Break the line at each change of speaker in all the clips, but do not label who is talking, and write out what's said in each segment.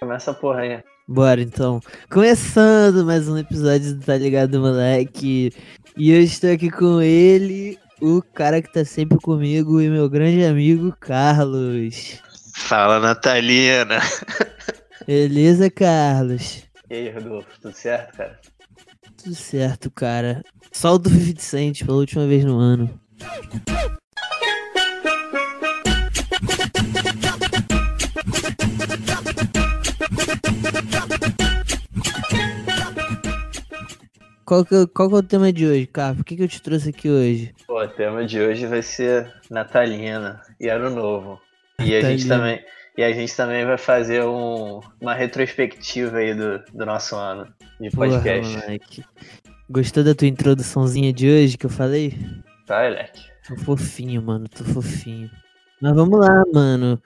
Começa a porra aí.
Bora então. Começando mais um episódio do Tá Ligado Moleque. E eu estou aqui com ele, o cara que tá sempre comigo e meu grande amigo Carlos.
Fala, Natalina.
Beleza, Carlos?
E aí, Rodolfo, tudo certo, cara?
Tudo certo, cara. Só o do 50 Cent pela última vez no ano. Qual que, é- qual que é o tema de hoje, Carlos? Por que, que eu te trouxe aqui hoje?
Pô, o tema de hoje vai ser Natalina e Ano Novo. E a
Natalina.
gente também. E a gente também vai fazer um- uma retrospectiva aí do, do nosso ano de podcast.
Porra, moleque. Gostou da tua introduçãozinha de hoje que eu falei?
tá, Elec?
Tô fofinho, mano, tô fofinho. Mas vamos lá, mano.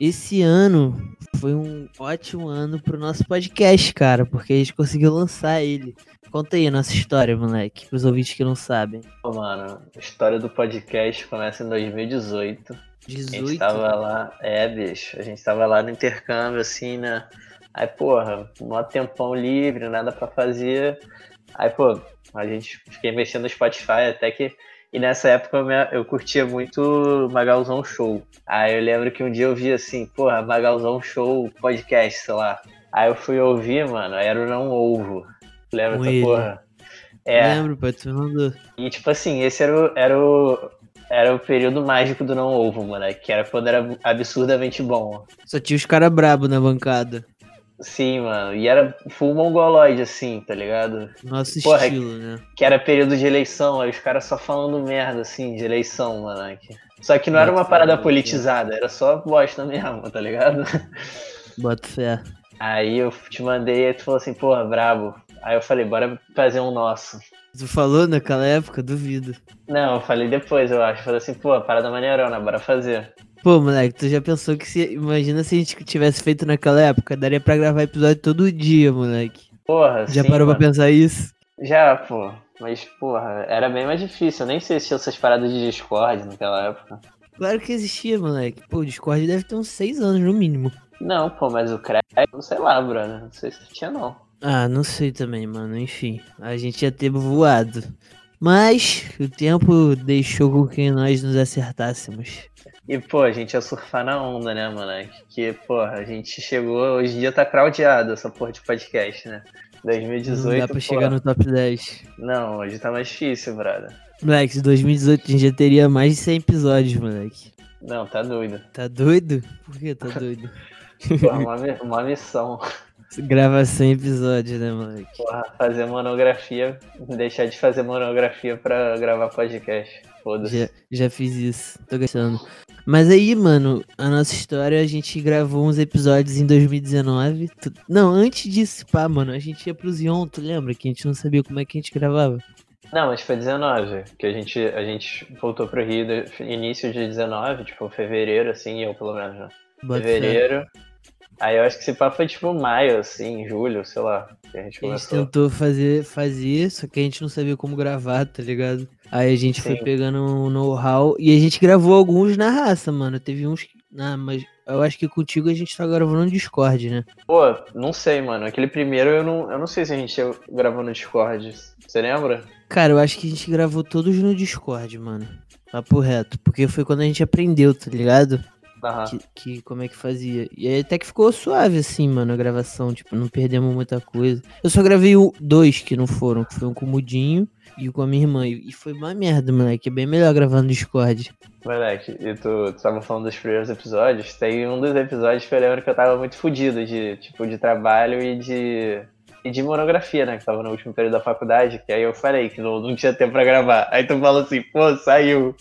Esse ano foi um ótimo ano pro nosso podcast, cara, porque a gente conseguiu lançar ele. Conta aí a nossa história, moleque, pros ouvintes que não sabem.
Pô, mano, a história do podcast começa em 2018. A gente
18?
tava lá, é, bicho, a gente tava lá no intercâmbio, assim, né? Aí, porra, mó tempão livre, nada pra fazer. Aí, pô, a gente fiquei mexendo no Spotify até que. E nessa época eu, me- eu curtia muito Magalzão Show. Aí eu lembro que um dia eu vi assim, porra, Magalzão Show podcast, sei lá. Aí eu fui ouvir, mano, era o Não Ovo. Lembra
Com
essa
ele.
porra? É.
Lembro, pai, tu me mandou.
E tipo assim, esse era o, era o, era o período mágico do não ovo, moleque. Que era quando era absurdamente bom.
Só tinha os caras brabo na bancada.
Sim, mano. E era full mongoloide, assim, tá ligado?
Nosso
Porra, é
estilo, né?
Que era período de eleição, aí os caras só falando merda, assim, de eleição, moleque. Só que não era uma
Nossa,
parada
mano.
politizada, era só bosta mesmo, tá ligado?
Bota fé.
Aí eu te mandei, aí tu falou assim, porra, brabo. Aí eu falei, bora fazer um nosso.
Tu falou naquela época? Duvido.
Não, eu falei depois, eu acho. Eu Falei assim, pô, parada maneirona, bora fazer.
Pô, moleque, tu já pensou que se. Imagina se a gente tivesse feito naquela época, daria pra gravar episódio todo dia, moleque.
Porra,
Já
sim,
parou
mano.
pra pensar isso?
Já, pô. Mas, porra, era bem mais difícil. Eu nem sei se tinha essas paradas de Discord naquela época.
Claro que existia, moleque. Pô, o Discord deve ter uns 6 anos no mínimo.
Não, pô, mas o Crack, não sei lá, brother. Não sei se tinha, não.
Ah, não sei também, mano. Enfim, a gente ia ter voado. Mas o tempo deixou com que nós nos acertássemos.
E, pô, a gente ia surfar na onda, né, moleque? Que, porra, a gente chegou. Hoje em dia tá crowdeado essa porra de podcast, né? 2018.
Então não dá pra
pô,
chegar no top 10.
Não, hoje tá mais difícil, brother.
Moleque, em 2018 a gente já teria mais de 100 episódios, moleque.
Não, tá doido.
Tá doido? Por que tá doido?
Porra, uma, mi- uma missão.
Gravar 100 episódios, né, moleque?
Porra, fazer monografia. Deixar de fazer monografia pra gravar podcast. Foda-se.
Já, já fiz isso, tô gastando. Mas aí, mano, a nossa história, a gente gravou uns episódios em 2019. Tu- Não, antes disso, pá, mano, a gente ia pro Zion, tu lembra? Que a gente não sabia como é que a gente gravava.
Não, mas foi 19, que a gente, a gente voltou pro Rio do- início de 19, tipo, fevereiro, assim, eu pelo menos, né?
Bota fé.
Fevereiro. Aí eu acho que esse papo foi tipo maio, assim, julho, sei lá, que a gente
A gente
começou.
tentou fazer, fazer, só que a gente não sabia como gravar, tá ligado? Aí a gente foi
Sim.
pegando um know-how e a gente gravou alguns na raça, mano. Teve uns que. Ah, mas eu acho que contigo a gente tá gravando no Discord, né?
Pô, não sei, mano. Aquele primeiro eu não, eu não sei se a gente gravou no Discord. Você lembra?
Cara, eu acho que a gente gravou todos no Discord, mano. Papo reto. Porque foi quando a gente aprendeu, tá ligado?
Aham.
Que, que como é que fazia. E aí até que ficou suave, assim, mano, a gravação. Tipo, não perdemos muita coisa. Eu só gravei o dois que não foram, que foi um com o Mudinho e o com a minha irmã. E e foi uma merda, moleque. É bem melhor gravar no Discord.
Moleque, e tu, tu tava falando dos primeiros episódios. Tem um dos episódios que eu lembro que eu tava muito fudido de, tipo, de trabalho e de. E de monografia, né? Que tava no último período da faculdade, que aí eu falei que não, não tinha tempo pra gravar. Aí tu falou assim, pô, saiu.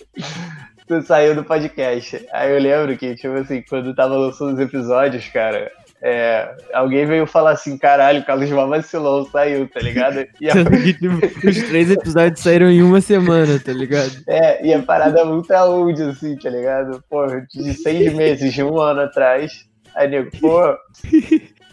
tu saiu do podcast. Aí eu lembro que, tipo assim, quando tava lançando os episódios, cara, é, alguém veio falar assim, caralho, o Carlos Mó vacilou, saiu, tá ligado? E a
Sendo que, tipo, os três episódios saíram em uma semana, tá ligado?
É, e a parada ultra old, assim, tá ligado? Pô, de seis meses, de um ano atrás. Aí, nego, pô,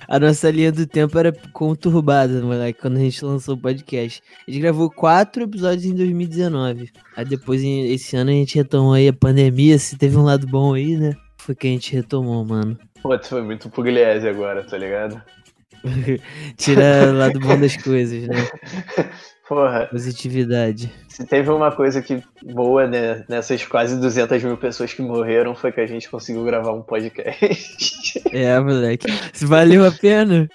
A nossa linha do tempo era conturbada, moleque, quando a gente lançou o podcast. A gente gravou quatro episódios em 2019. Aí depois, em- esse ano, a gente retomou aí a pandemia. Se teve um lado bom aí, né? Foi que a gente retomou, mano.
Pô, tu foi muito pugliese agora, tá ligado?
Tira o lado bom das coisas, né?
Porra,
Positividade.
se teve uma coisa que boa né, nessas quase 200 mil pessoas que morreram foi que a gente conseguiu gravar um podcast.
É, moleque. Isso valeu a pena?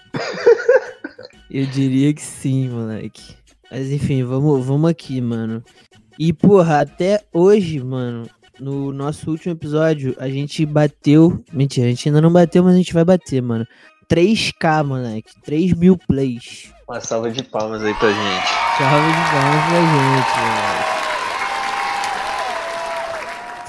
Eu diria que sim, moleque. Mas enfim, vamos, vamos aqui, mano. E, porra, até hoje, mano, no nosso último episódio, a gente bateu. Mentira, a gente ainda não bateu, mas a gente vai bater, mano. 3K, moleque. 3 mil plays.
uma salva de palmas aí pra gente.
Salve de palmas pra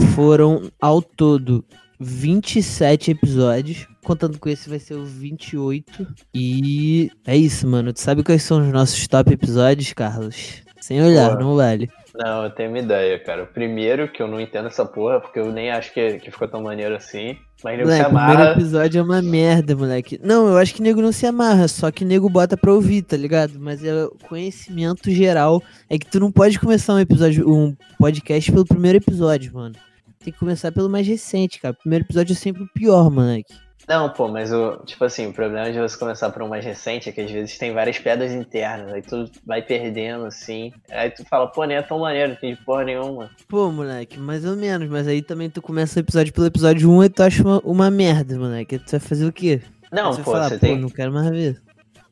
gente, moleque. Foram ao todo 27 episódios. Contando com esse, vai ser o 28. E é isso, mano. Tu sabe quais são os nossos top episódios, Carlos? Sem olhar,
Boa.
não vale.
Não, eu tenho uma ideia, cara. Primeiro, que eu não entendo essa porra, porque eu nem acho que, que ficou tão maneiro assim. Mas nego se
Moleque, o primeiro
amarra.
episódio é uma merda, moleque. Não, eu acho que nego não se amarra, só que nego bota pra ouvir, tá ligado? Mas é o conhecimento geral. É que tu não pode começar um episódio, um podcast pelo primeiro episódio, mano. Tem que começar pelo mais recente, cara. O primeiro episódio é sempre o pior, moleque.
Não, pô, mas o. Tipo assim, o problema de você começar por um mais recente é que às vezes tem várias pedras internas. Aí tu vai perdendo, assim. Aí tu fala, pô, nem é tão maneiro, não tem porra nenhuma.
Pô, moleque, mais ou menos. Mas aí também tu começa o episódio pelo episódio 1 e tu acha uma, uma merda, moleque. Aí Tu vai fazer o quê?
Não,
Aí tu
pô,
vai falar,
você
pô,
tem.
não quero mais ver.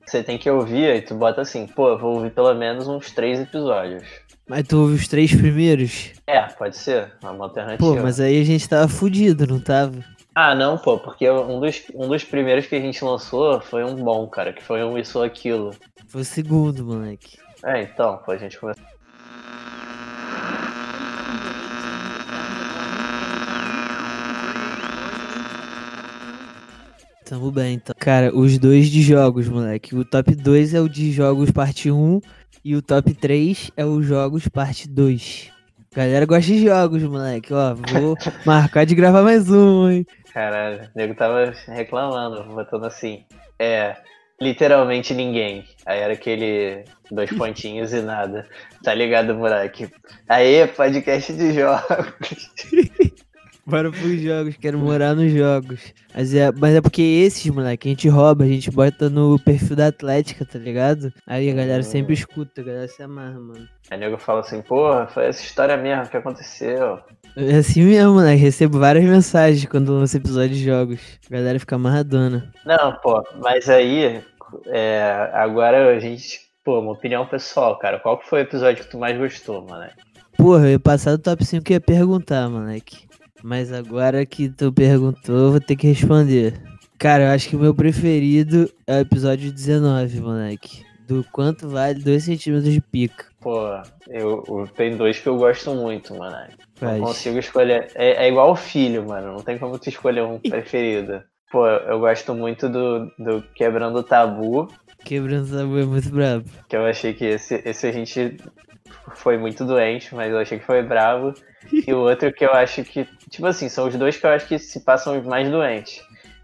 Você tem que ouvir, aí tu bota assim, pô, eu vou ouvir pelo menos uns três episódios.
Mas tu ouve os três primeiros?
É, pode ser, é uma alternativa.
Pô, mas aí a gente tava fudido, não tava?
Ah, não, pô, porque um dos, um dos primeiros que a gente lançou foi um bom, cara, que foi um Isso ou Aquilo.
Foi o segundo, moleque.
É, então, pô, a gente começou.
Tamo bem, então. Cara, os dois de jogos, moleque. O top 2 é o de jogos parte 1 e o top 3 é o jogos parte 2. Galera gosta de jogos, moleque. Ó, vou marcar de gravar mais um, hein?
Caralho, o nego tava reclamando, botando assim. É, literalmente ninguém. Aí era aquele dois pontinhos e nada. Tá ligado, moleque? Aê, podcast de jogos.
Bora pros jogos, quero morar nos jogos. Mas é, mas é porque esses, moleque, a gente rouba, a gente bota no perfil da Atlética, tá ligado? Aí a galera sempre escuta, a galera se amarra, mano.
Aí o nego fala assim, porra, foi essa história mesmo que aconteceu.
É assim mesmo, moleque. Recebo várias mensagens quando lança episódio de jogos. A galera fica amarradona.
Não, pô, mas aí, é, agora a gente, pô, uma opinião pessoal, cara. Qual que foi o episódio que tu mais gostou, mano?
Porra, eu ia passar do top 5 e ia perguntar, moleque. Mas agora que tu perguntou, eu vou ter que responder. Cara, eu acho que o meu preferido é o episódio 19, moleque. Do quanto vale 2 centímetros de pica.
Pô, eu, eu- tem dois que eu gosto muito, mano. Não
Faz.
consigo escolher. É, é igual o filho, mano. Não tem como tu escolher um preferido. Pô, eu gosto muito do, do Quebrando o Tabu,
Quebrando o sabor é muito brabo.
que eu achei que esse, esse a gente foi muito doente, mas eu achei que foi bravo. E o outro que eu acho que. Tipo assim, são os dois que eu acho que se passam os mais doentes.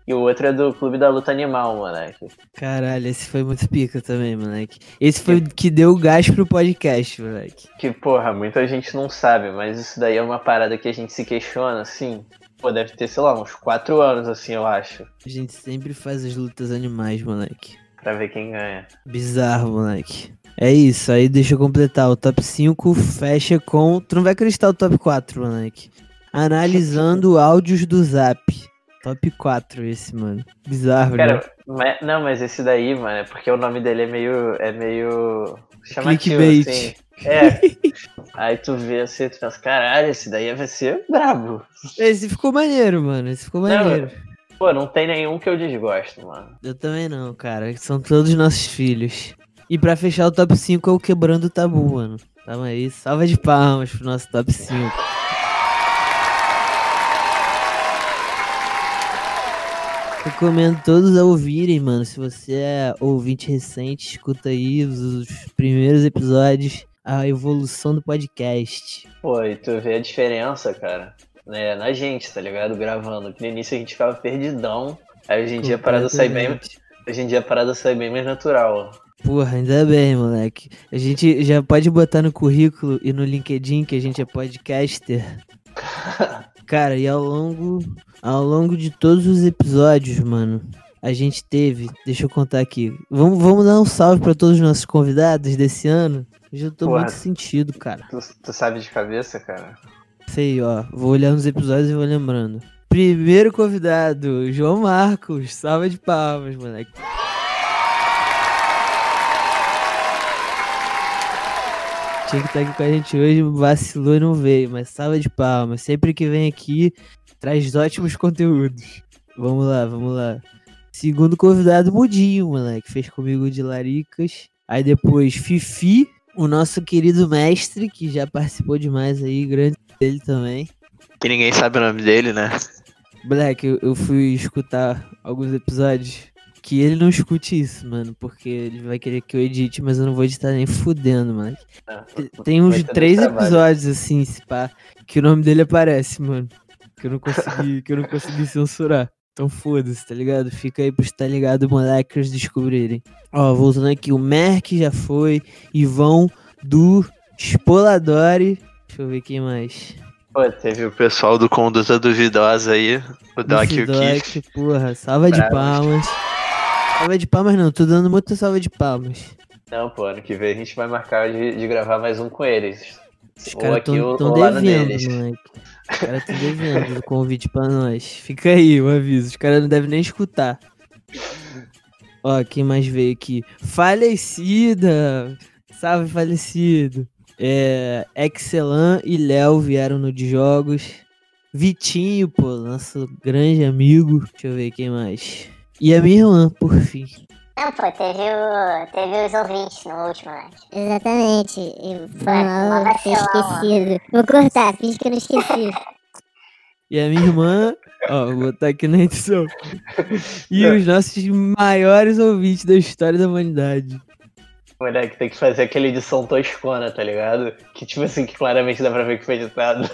E o outro é do Clube da Luta Animal, moleque.
Caralho, esse foi muito pica também, moleque. Esse foi o que deu o gás pro podcast, moleque.
Que, porra, muita gente não sabe, mas isso daí é uma parada que a gente se questiona, assim. Pô, deve ter, sei lá, uns quatro anos, assim, eu acho.
A gente sempre faz as lutas animais, moleque.
Pra ver quem ganha.
Bizarro, moleque. É isso, aí deixa eu completar. O top 5 fecha com. Tu não vai acreditar o top 4, moleque. Analisando áudios do zap. Top 4 esse, mano. Bizarro, né?
Cara, mas- não, mas esse daí, mano, é porque o nome dele é meio. é meio. chamativo,
Clickbait.
assim. É. Aí tu vê assim, tu pensa, caralho, esse daí vai ser brabo.
Esse ficou maneiro, mano. Esse ficou
Não,
maneiro.
Pô, não tem nenhum que eu desgosto, mano.
Eu também não, cara. São todos nossos filhos. E pra fechar o top 5 é o Quebrando o Tabu, mano. Tamo aí. Salva de palmas pro nosso top 5. Recomendo todos a ouvirem, mano. Se você é ouvinte recente, escuta aí os, os primeiros episódios, a evolução do podcast.
Pô, e tu vê a diferença, cara. Né, na gente, tá ligado? Gravando. Que no início a gente ficava perdidão. Aí hoje em dia a parada sai bem.
Completamente.
Hoje em dia a parada sai bem mais natural.
Porra, ainda bem, moleque. A gente já pode botar no currículo e no LinkedIn que a gente é podcaster. Cara, e ao longo, ao longo de todos os episódios, mano, a gente teve. Deixa eu contar aqui. Vamos, vamos dar um salve pra todos os nossos convidados desse ano. Hoje eu tô
Porra.
muito sentido, cara.
Tu, tu sabe de cabeça, cara?
Sei, ó. Vou olhar nos episódios e vou lembrando. Primeiro convidado, João Marcos. Salva de palmas, moleque. Tinha que estar aqui com a gente hoje, vacilou e não veio, mas salva de palmas. Sempre que vem aqui, traz ótimos conteúdos. Vamos lá, vamos lá. Segundo convidado, Mudinho, moleque. Fez comigo de Laricas. Aí depois, Fifi, o nosso querido mestre, que já participou demais aí, grande dele também.
Que ninguém sabe o nome dele, né?
Black, eu, eu fui escutar alguns episódios. Que ele não escute isso, mano, porque ele vai querer que eu edite, mas eu não vou editar nem fudendo, mano.
Ah,
Te- Tem uns
vai ter
três
trabalho.
episódios, assim, se pá, que o nome dele aparece, mano. Que eu não consegui, que eu não consegui censurar. Então foda-se, tá ligado? Fica aí pros tá ligado, moleques descobrirem. Ó, voltando aqui, o Merck já foi, Ivão do Spoladori. Deixa eu ver quem mais.
Pô, teve
O pessoal do Conduta Duvidosa aí, o Doc e o
Doc,
Kiff.
porra, salva de
Bravo.
palmas. Salva de palmas não, tô dando muita salva de palmas.
Não, pô, ano que vem a gente vai marcar de, de gravar mais um com eles.
Os
Ou
caras
aqui
tão,
ou-
tão
ou lá no
devendo,
deles.
moleque. Os caras tão devendo o convite pra nós. Fica aí o aviso, os caras não devem nem escutar. Ó, quem mais veio aqui? Falecida! Salve, falecido! É, Excelan e Léo vieram no de jogos. Vitinho, pô, nosso grande amigo. Deixa eu ver quem mais. E a minha irmã, por fim.
Não, Ah, pô, teve, o, teve os ouvintes no último, né?
Exatamente. E foi
Vai,
mal
vai
eu ter
vacilar, ó.
esquecido. Vou cortar, finge que eu não esqueci.
E a minha irmã, ó, vou botar aqui na edição. E os nossos maiores ouvintes da história da humanidade.
Moleque, tem que fazer aquela edição toscona, tá ligado? Que tipo assim, que claramente dá pra ver que foi editado.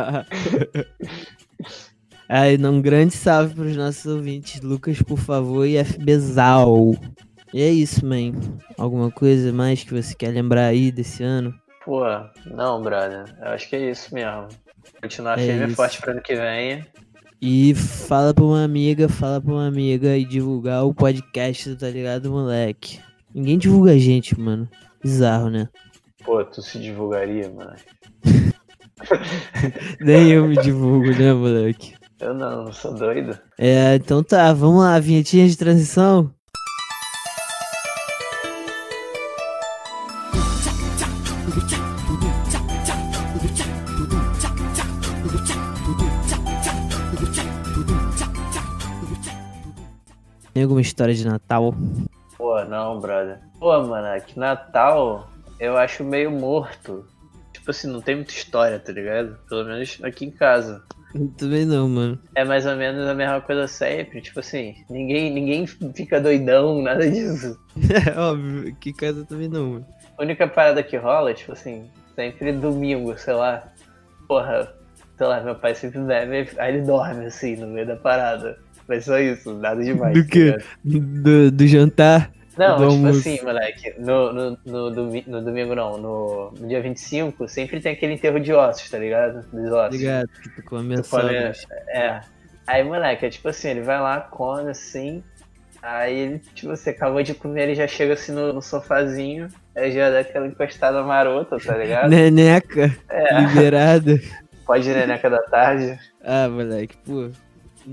Aí, um grande salve pros nossos ouvintes, Lucas, por favor, e FBzal. E é isso, man. Alguma coisa mais que você quer lembrar aí desse ano?
Pô, não, brother. Eu acho que é isso mesmo. Continuar
É
firme e
isso.
forte pra ano que vem.
E fala pra uma amiga, fala pra uma amiga e divulgar o podcast, tá ligado, moleque? Ninguém divulga a gente, mano. Bizarro, né?
Pô, tu se divulgaria, mano.
Nem eu me divulgo, né, moleque?
Eu não, eu sou doido.
É, então tá, vamos lá, vinhetinha de transição. Tem alguma história de Natal?
Pô, não, brother. Pô, mano, que Natal eu acho meio morto. Tipo assim, não tem muita história, tá ligado? Pelo menos aqui em casa.
Também não, mano.
É mais ou menos a mesma coisa sempre. Tipo assim, ninguém, ninguém fica doidão, nada disso.
É óbvio, que casa também não, mano.
A única parada que rola, é, tipo assim, sempre domingo, sei lá. Porra, sei lá, meu pai sempre bebe, aí ele dorme assim, no meio da parada. Mas só isso, nada demais.
Do
tá
quê?
ligado?
Do, do jantar.
Não,
Do
tipo
almoço.
assim, moleque, no, no, no, domi- no domingo não, no, no dia 25, sempre tem aquele enterro de ossos, tá ligado? Dos ossos.
Ligado, tipo, com a
Tu come-
mensagem.
É. Aí, moleque, é tipo assim, ele vai lá, come assim. Aí ele, tipo, você acabou de comer, ele já chega assim no, no sofazinho, aí já dá aquela encostada marota, tá ligado?
Neneca,
É.
liberada.
Pode ir neneca da tarde.
Ah, moleque, pô.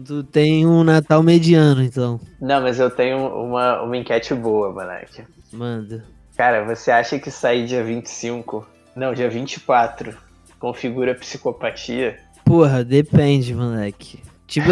Tu tem um Natal mediano, então.
Não, mas eu tenho uma, uma enquete boa, moleque.
Manda.
Cara, você acha que sair dia 25? Não, dia 24 configura psicopatia?
Porra, depende, moleque. Tipo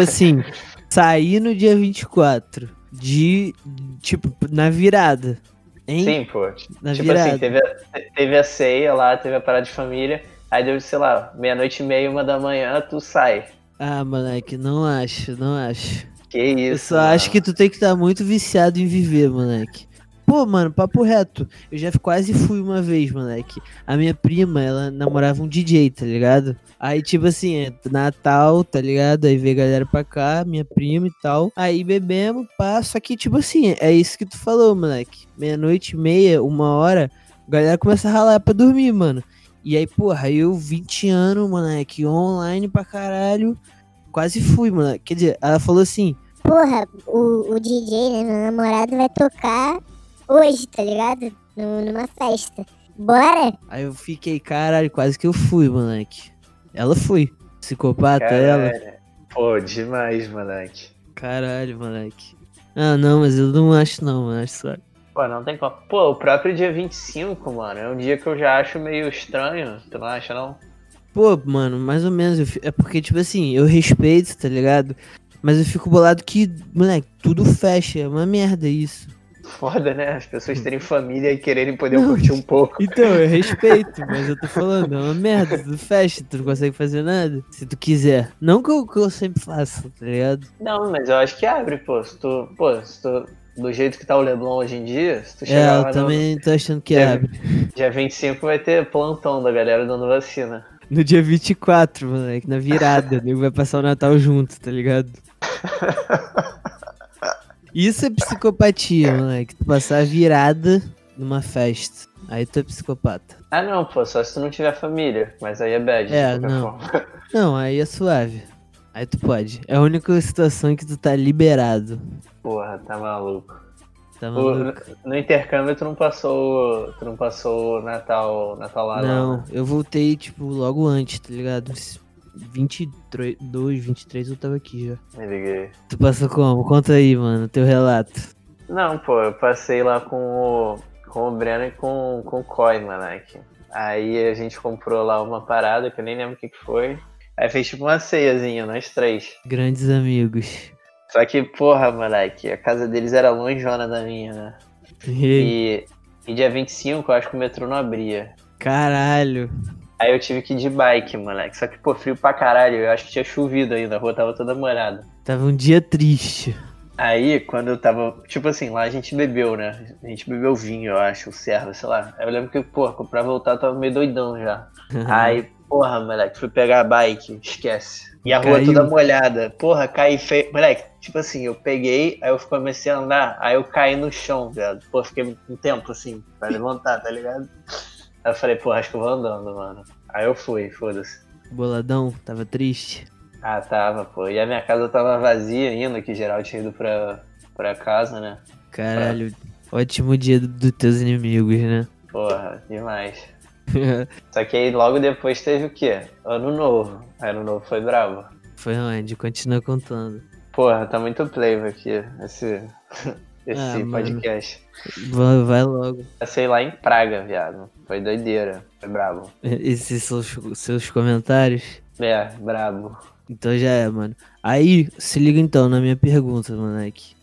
assim, sair no dia 24 de. Tipo, na virada. Hein?
Sim, pô.
na
tipo
virada.
assim, teve a, teve a ceia lá, teve a parada de família, aí deu, sei lá, meia-noite e meia, uma da manhã, tu sai.
Ah, moleque, não acho, não acho.
Que isso.
Eu só
mano.
acho que tu tem que estar muito viciado em viver, moleque. Pô, mano, papo reto. Eu já quase fui uma vez, moleque. A minha prima, ela namorava um DJ, tá ligado? Aí, tipo assim, é Natal, tá ligado? Aí veio a galera pra cá, minha prima e tal. Aí bebemos, pá. Só que, tipo assim, é isso que tu falou, moleque. Meia-noite, e meia, uma hora, a galera começa a ralar pra dormir, mano. E aí, porra, eu 20 anos, moleque, online pra caralho. Quase fui, moleque. Quer dizer, ela falou assim,
Porra, o, o DJ, né, meu namorado, vai tocar hoje, tá ligado? Num- numa festa. Bora?
Aí eu fiquei, caralho, quase que eu fui, moleque. Ela foi. Psicopata, ela.
Caralho. Pô, demais, moleque.
Caralho, moleque. Ah, não, mas eu não acho não, mano. Acho só.
Pô, não tem como. Pô, o próprio dia 25, mano, é um dia que eu já acho meio estranho. Tu não acha, não?
Pô, mano, mais ou menos. eu fi- É porque, tipo assim, eu respeito, tá ligado? Mas eu fico bolado que, moleque, tudo fecha. É uma merda isso.
Foda, né? As pessoas terem família e quererem poder
Hum. Não.
curtir um pouco.
Então, eu respeito, mas eu tô falando, é uma merda, tudo fecha, tu não consegue fazer nada. Se tu quiser. Não que eu, que eu sempre faço, tá ligado?
Não, mas eu acho que abre, pô. Se tu, pô, se tu, do jeito que tá o Leblon hoje em dia, se tu
É,
chegar lá
eu também tô achando que é,
Deve-
abre.
no dia 25 vai ter plantão da galera dando vacina.
No dia 24, moleque, na virada. o nego vai passar o Natal junto, tá ligado? Isso é psicopatia, moleque. Tu passar a virada numa festa. Aí tu é psicopata.
Ah, não, pô, só se tu não tiver família. Mas aí é bad,
É,
de qualquer
não.
forma.
Não, aí é suave. Aí tu pode. É a única situação que tu tá liberado.
Porra, tá maluco.
Tá
O-
maluco?
no intercâmbio tu não passou. Tu não passou o Natal, Natal lá, né?
Não, eu voltei, tipo, logo antes, tá ligado? Uns 22, 23 eu tava aqui já.
Me liguei.
Tu passou como? Conta aí, mano, teu relato.
Não, pô, eu passei lá com o, com o Breno e com, com o Coy, moleque. Aí a gente comprou lá uma parada que eu nem lembro o que, que foi. Aí fez tipo uma ceiazinha, nós três.
Grandes amigos.
Só que, porra, moleque, a casa deles era longeona da minha, né? E, e dia 25 eu acho que o metrô não abria.
Caralho.
Aí eu tive que ir de bike, moleque. Só que, pô, frio pra caralho. Eu acho que tinha chovido ainda, a rua tava toda molhada.
Tava um dia triste.
Aí, quando eu tava. Tipo assim, lá a gente bebeu, né? A gente bebeu vinho, eu acho, o serva, sei lá. Aí eu lembro que, porra, pra voltar eu tava meio doidão já.
Uhum.
Aí, porra, moleque, fui pegar a bike, esquece. E a rua
Caiu.
toda molhada. Porra, caí feio. Moleque, tipo assim, eu peguei, aí eu comecei a andar, aí eu caí no chão, velho. Pô, fiquei um tempo assim, pra levantar, tá ligado? Aí eu falei, porra, acho que eu vou andando, mano. Aí eu fui, foda-se.
Boladão, tava triste.
Ah, tava, pô. E a minha casa tava vazia ainda, que geral tinha ido pra, pra casa, né?
Caralho. Ótimo dia do- dos teus inimigos, né?
Porra, demais. Só que aí logo depois teve o quê? Ano novo. Ano novo foi bravo.
Foi onde? Continua contando.
Porra, tá muito playboy aqui esse,
Ah,
esse
mano.
podcast.
Vai, vai logo.
Passei lá em Praga, viado. Foi doideira. Foi brabo.
Esses são os seus comentários.
É, brabo.
Então já é, mano. Aí, se liga então na minha pergunta, moleque.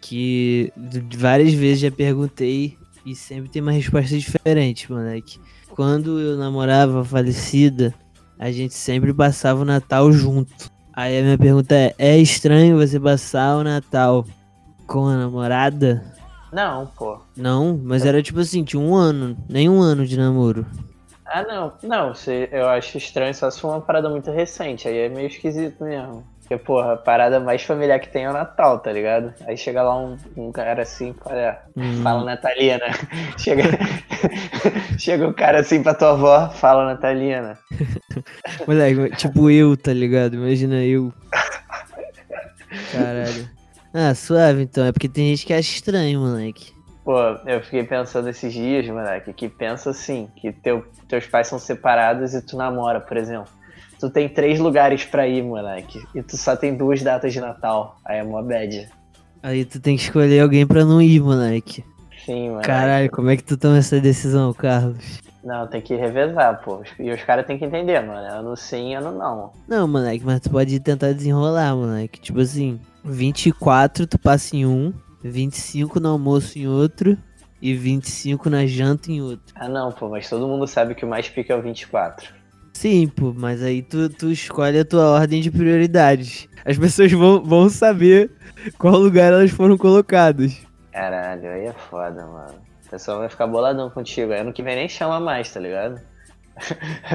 Que d- várias vezes já perguntei e sempre tem uma resposta diferente, moleque. Quando eu namorava a falecida, a gente sempre passava o Natal junto. Aí a minha pergunta é: é estranho você passar o Natal com a namorada?
Não, pô.
Não, mas era tipo assim, tinha um ano, nem um ano de namoro.
Ah, não. Não, se- eu acho estranho só se for uma parada muito recente. Aí é meio esquisito mesmo. Porque, porra, a parada mais familiar que tem é o Natal, tá ligado? Aí chega lá um, um cara assim, qual é?
Hum,
Fala Natalina. Chega, chega um cara assim pra tua avó, fala Natalina.
Moleque, tipo eu, tá ligado? Imagina eu. Caralho. Ah, suave então. É porque tem gente que acha estranho, moleque.
Pô, eu fiquei pensando esses dias, moleque, que pensa assim, que teu, teus pais são separados e tu namora, por exemplo. Tu tem três lugares pra ir, moleque, e tu só tem duas datas de Natal. Aí é mó bad.
Aí tu tem que escolher alguém pra não ir, moleque.
Sim, moleque.
Caralho, como é que tu toma essa decisão, Carlos?
Não, tem que revezar, pô. E os caras têm que entender, mano. Ano sim, ano não.
Não, moleque, mas tu pode tentar desenrolar, moleque. Tipo assim, 24 tu passa em um, 25 no almoço em outro e 25 na janta em outro.
Ah, não, pô, mas todo mundo sabe que o mais pica é o 24.
Sim, pô, mas aí tu, tu escolhe a tua ordem de prioridades. As pessoas vão, vão saber qual lugar elas foram colocadas.
Caralho, aí é foda, mano. O pessoal vai ficar boladão contigo. Aí ano que vem nem chama mais, tá ligado?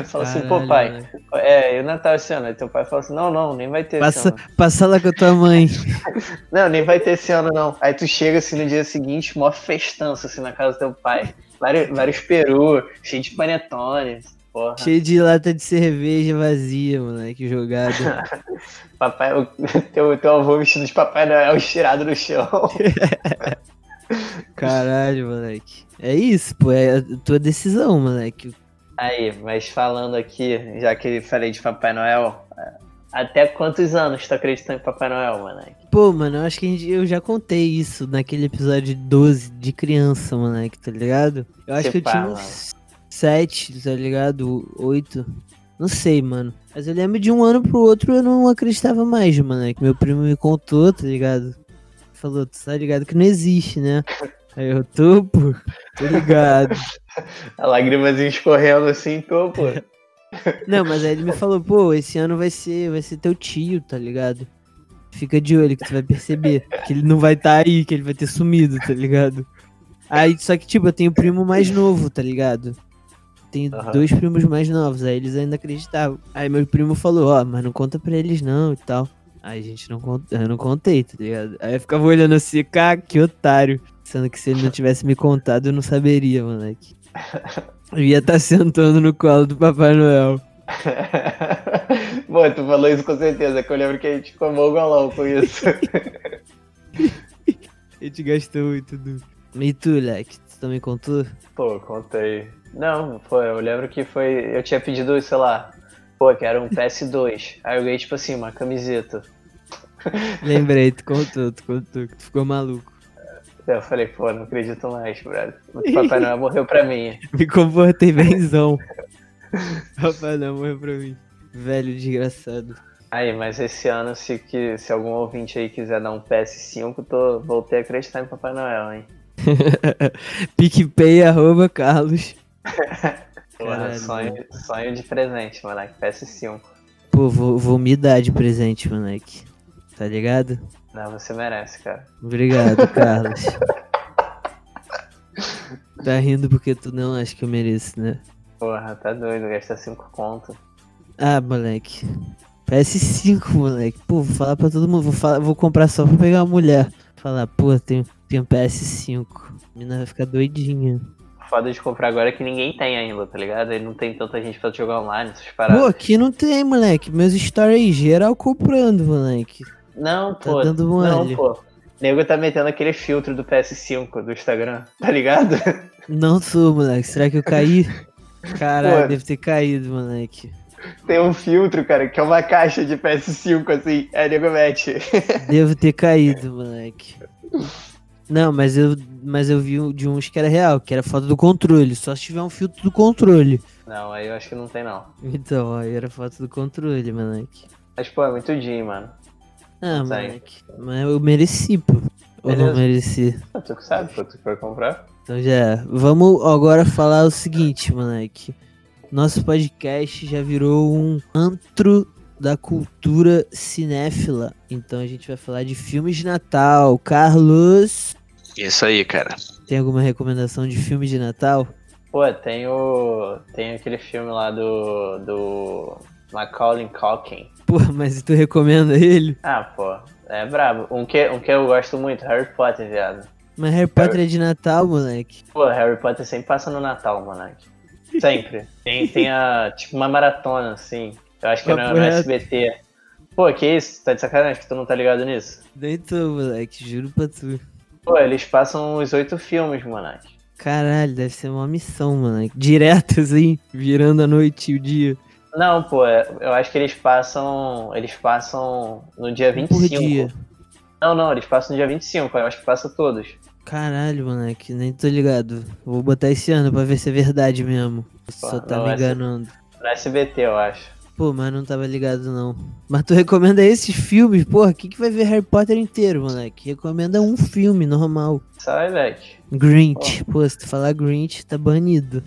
Fala assim, pô,
Caralho,
pai.
moleque.
É, e o Natal esse ano? Aí teu pai fala assim, não, não, nem vai ter esse
Passa,
ano.
passa lá com a tua mãe.
Não, nem vai ter esse ano, não. Aí tu chega assim no dia seguinte, mó festança assim na casa do teu pai. Vários, vários peru, cheio de panetone. Porra.
Cheio de lata de cerveja vazia, moleque, jogada.
Papai, o teu, teu avô vestido de Papai Noel estirado no chão.
Caralho, moleque. É isso, pô. É a tua decisão, moleque.
Aí, mas falando aqui, já que falei de Papai Noel, é, até quantos anos tu acreditando em Papai Noel, moleque?
Pô, mano, eu acho que a gente- eu já contei isso naquele episódio 12 de criança, moleque, tá ligado? Eu acho
Que
que eu tinha
pá,
uns 7, tá ligado? 8. Não sei, mano. Mas eu lembro de um ano pro outro eu não acreditava mais, moleque. Meu primo me contou, tá ligado? Falou, tu tá ligado que não existe, né? Aí eu tô, pô, tô ligado.
A lagrimazinha escorrendo assim, tô, pô.
Não, mas aí ele me falou, pô, esse ano vai ser, vai ser teu tio, tá ligado? Fica de olho que tu vai perceber que ele não vai estar aí, que ele vai ter sumido, tá ligado? Aí, só que, tipo, eu tenho primo mais novo, tá ligado? Tenho
Aham.
dois primos mais novos, aí eles ainda acreditavam. Aí meu primo falou, ó, mas não conta pra eles não e tal. Aí a gente não conta, eu não contei, tá ligado? Aí eu ficava olhando assim, cara, que otário. Sendo que se ele não tivesse me contado, eu não saberia, moleque. Eu ia estar sentando no colo do Papai Noel.
Pô, tu falou isso com certeza, que eu lembro que a gente comou o golão com isso.
A gente gastou muito do. E tu, Leque, tu também contou?
Pô, contei. Não, pô, eu lembro que foi. Eu tinha pedido, sei lá, pô, que era um PS2. Aí eu ganhei, tipo assim, uma camiseta.
Lembrei, tu contou, tu contou, que tu ficou maluco.
Aí Eu falei, pô, não acredito mais, brother. O Papai Noel morreu pra mim.
Me comportei benzão. Papai não morreu pra mim. Velho desgraçado.
Aí, mas esse ano, se, que, se algum ouvinte aí quiser dar um PS5, tô, voltei a acreditar em Papai Noel, hein?
PicPay, arroba Carlos.
Porra,
Caralho.
sonho, sonho de presente, moleque, PS5.
Pô, vou, vou me dar de presente, moleque. Tá ligado?
Não, você merece, cara.
Obrigado, Carlos. Tá rindo porque tu não acha que eu mereço, né?
Porra, tá doido, gastar 5 conto.
Ah, moleque. PS5, moleque. Pô, vou falar pra todo mundo. Vou, falar, vou comprar só pra pegar uma mulher. Falar, pô, tem, tem um PS5. A mina vai ficar doidinha.
Foda de comprar agora é que ninguém tem ainda, tá ligado? Aí não tem tanta gente pra jogar online, essas
Pô,
paradas.
aqui não tem, moleque. Meus stories geral comprando, moleque.
não,
tá
pô.
dando um
não,
alho.
pô. Nego tá metendo aquele filtro do PS5 do Instagram, tá ligado?
Não sou, moleque. Será que eu caí? Caralho,
Pô.
deve ter caído, moleque.
Tem um filtro, cara, que é uma caixa de PS5, assim. É, nego mete.
Devo ter caído, moleque. Não, mas eu, mas eu vi um- de uns que era real, que era foto do controle. Só se tiver um filtro do controle.
Não, aí eu acho que não tem, não.
Então, aí era foto do controle, moleque.
Mas, pô, é muito dia, mano.
Ah,
Sai.
moleque. Mas eu mereci, pô. Ou não
Beleza.
mereci.
Ah, Tu que sabe, pô, tu que foi comprar.
Então já. é. Vamos agora falar o seguinte, moleque. Nosso podcast já virou um antro da cultura cinéfila. Então a gente vai falar de filmes de Natal. Carlos,
Isso aí, cara.
tem alguma recomendação de filme de Natal?
Pô, tem o. Tem aquele filme lá do. do. Macaulay Culkin.
Pô, mas tu recomenda ele?
Ah, pô, é brabo. Um que, um que eu gosto muito, Harry Potter, viado.
Mas Harry Potter é de Natal, moleque.
Pô, Harry Potter sempre passa no Natal, moleque. Sempre. Tem, tem a, tipo uma maratona, assim. Eu acho que era no
Papo reto.
SBT. Pô, que isso? Tá de sacanagem que tu não tá ligado nisso?
Nem tô, moleque. Juro pra tu.
Pô, eles passam os oito filmes, moleque.
Caralho, deve ser uma missão, mano. Direto, assim, virando a noite e o dia.
Não, pô, é- eu acho que eles passam. Eles passam no dia
Um por
25.
dia.
Não, não, eles passam no dia 25, eu acho que passa todos.
Caralho, moleque, nem tô ligado. Vou botar esse ano pra ver se é verdade mesmo. Só
Porra,
tá
não,
me
essa-
enganando.
No SBT, eu acho.
Pô, mas não tava ligado não. Mas tu recomenda esses filmes? Porra, quem que vai ver Harry Potter inteiro, moleque? Recomenda um filme normal.
Sai, moleque.
Grinch. Pô, se tu falar Grinch, tá banido.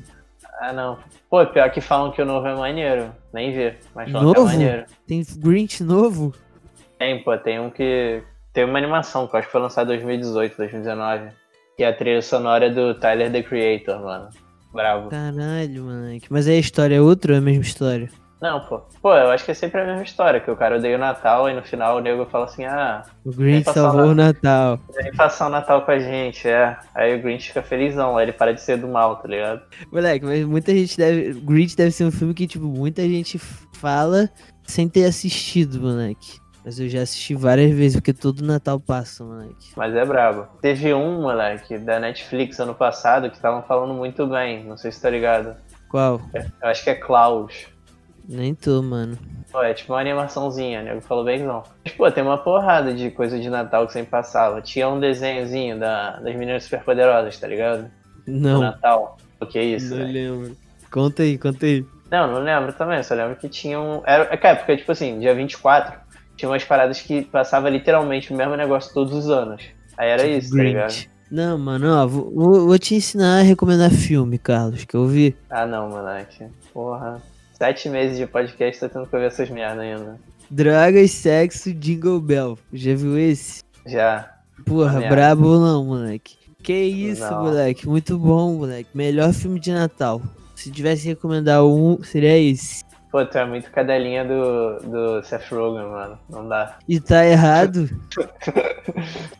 Ah, não. Pô, pior que falam que o novo é maneiro. Nem vi, mas falam que é
Novo?
maneiro.
Tem Grinch novo?
Tem, pô, tem um que. Tem uma animação que eu acho que foi lançada em 2018, 2019. Que é a trilha sonora do Tyler the Creator, mano. Bravo.
Caralho, moleque. Mas aí a história é outra ou é a mesma história?
Não, pô. Pô, eu acho que é sempre a mesma história, que o cara odeia o Natal e no final o nego fala assim, ah,
O Grinch
passar
salvou o Natal.
vem passar o Natal com a gente, é. Aí o Grinch fica felizão, aí ele para de ser do mal, tá ligado?
Moleque, mas muita gente deve. Grinch deve ser um filme que, tipo, muita gente fala sem ter assistido, moleque. Mas eu já assisti várias vezes, porque todo Natal passa, moleque.
Mas é brabo. Teve um, moleque, da Netflix ano passado que estavam falando muito bem, não sei se tá ligado.
Qual?
Eu acho que é Klaus.
Nem tô, mano.
Pô, é tipo uma animaçãozinha, né? Eu falo bem não. Mas, pô, tem uma porrada de coisa de Natal que sempre passava. Tinha um desenhozinho da, das meninas superpoderosas, tá ligado? Do
Não,
Natal. O que é isso,
não
né?
lembro. Conta aí, conta aí.
Não, não lembro também, só lembro que tinha um. Era, cara, porque, tipo assim, dia 24, tinha umas paradas que passava literalmente o mesmo negócio todos os anos. Aí era isso, tá ligado?
Tipo, Grinch. Não, mano, ó, vou, vou- vou te ensinar a recomendar filme, Carlos, que eu vi.
Ah não, moleque. Porra. Sete meses de podcast tá tendo que ouvir essas merdas ainda.
Drogas, sexo, Jingle Bell. Já viu esse?
Já.
Porra,
Merda.
brabo ou não, moleque? Que isso,
Não.
moleque? Muito bom, moleque. Melhor filme de Natal. Se tivesse que recomendar um, seria esse.
Pô, tu é muito cadelinha do, do Seth Rogen, mano. Não dá.
E tá errado?
Pô,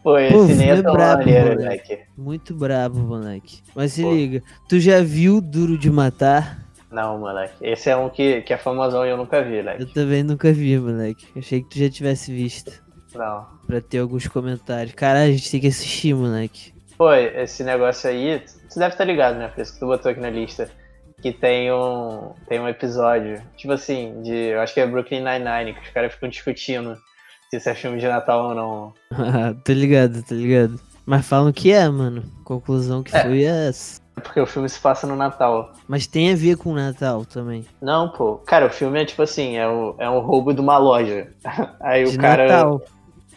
Pô,
esse nem
é
é tão
brabo,
maneiro,
moleque.
moleque.
Muito brabo, moleque. Mas se
Pô.
liga, tu já viu Duro de Matar?
Não, moleque. Esse é um que, que é famosão e eu nunca vi,
Eu
moleque.
também nunca vi, moleque. Achei que tu já tivesse visto.
Não.
Pra ter alguns comentários. Caralho, a gente tem que assistir, moleque.
Pô, esse negócio aí, tu deve estar ligado, né? Por isso que tu botou aqui na lista. Que tem um, tem um episódio, tipo assim, de. Eu acho que é Brooklyn Nine-Nine, que os caras ficam discutindo se isso é filme de Natal ou não.
tô ligado, tô ligado. Mas falam que é, mano. Conclusão que
É.
foi essa.
É porque o filme se passa no Natal.
Mas tem a ver com o Natal também.
Não, pô. Cara, o filme é tipo assim, é um, é um roubo de uma loja. Aí
de
o cara.
Natal.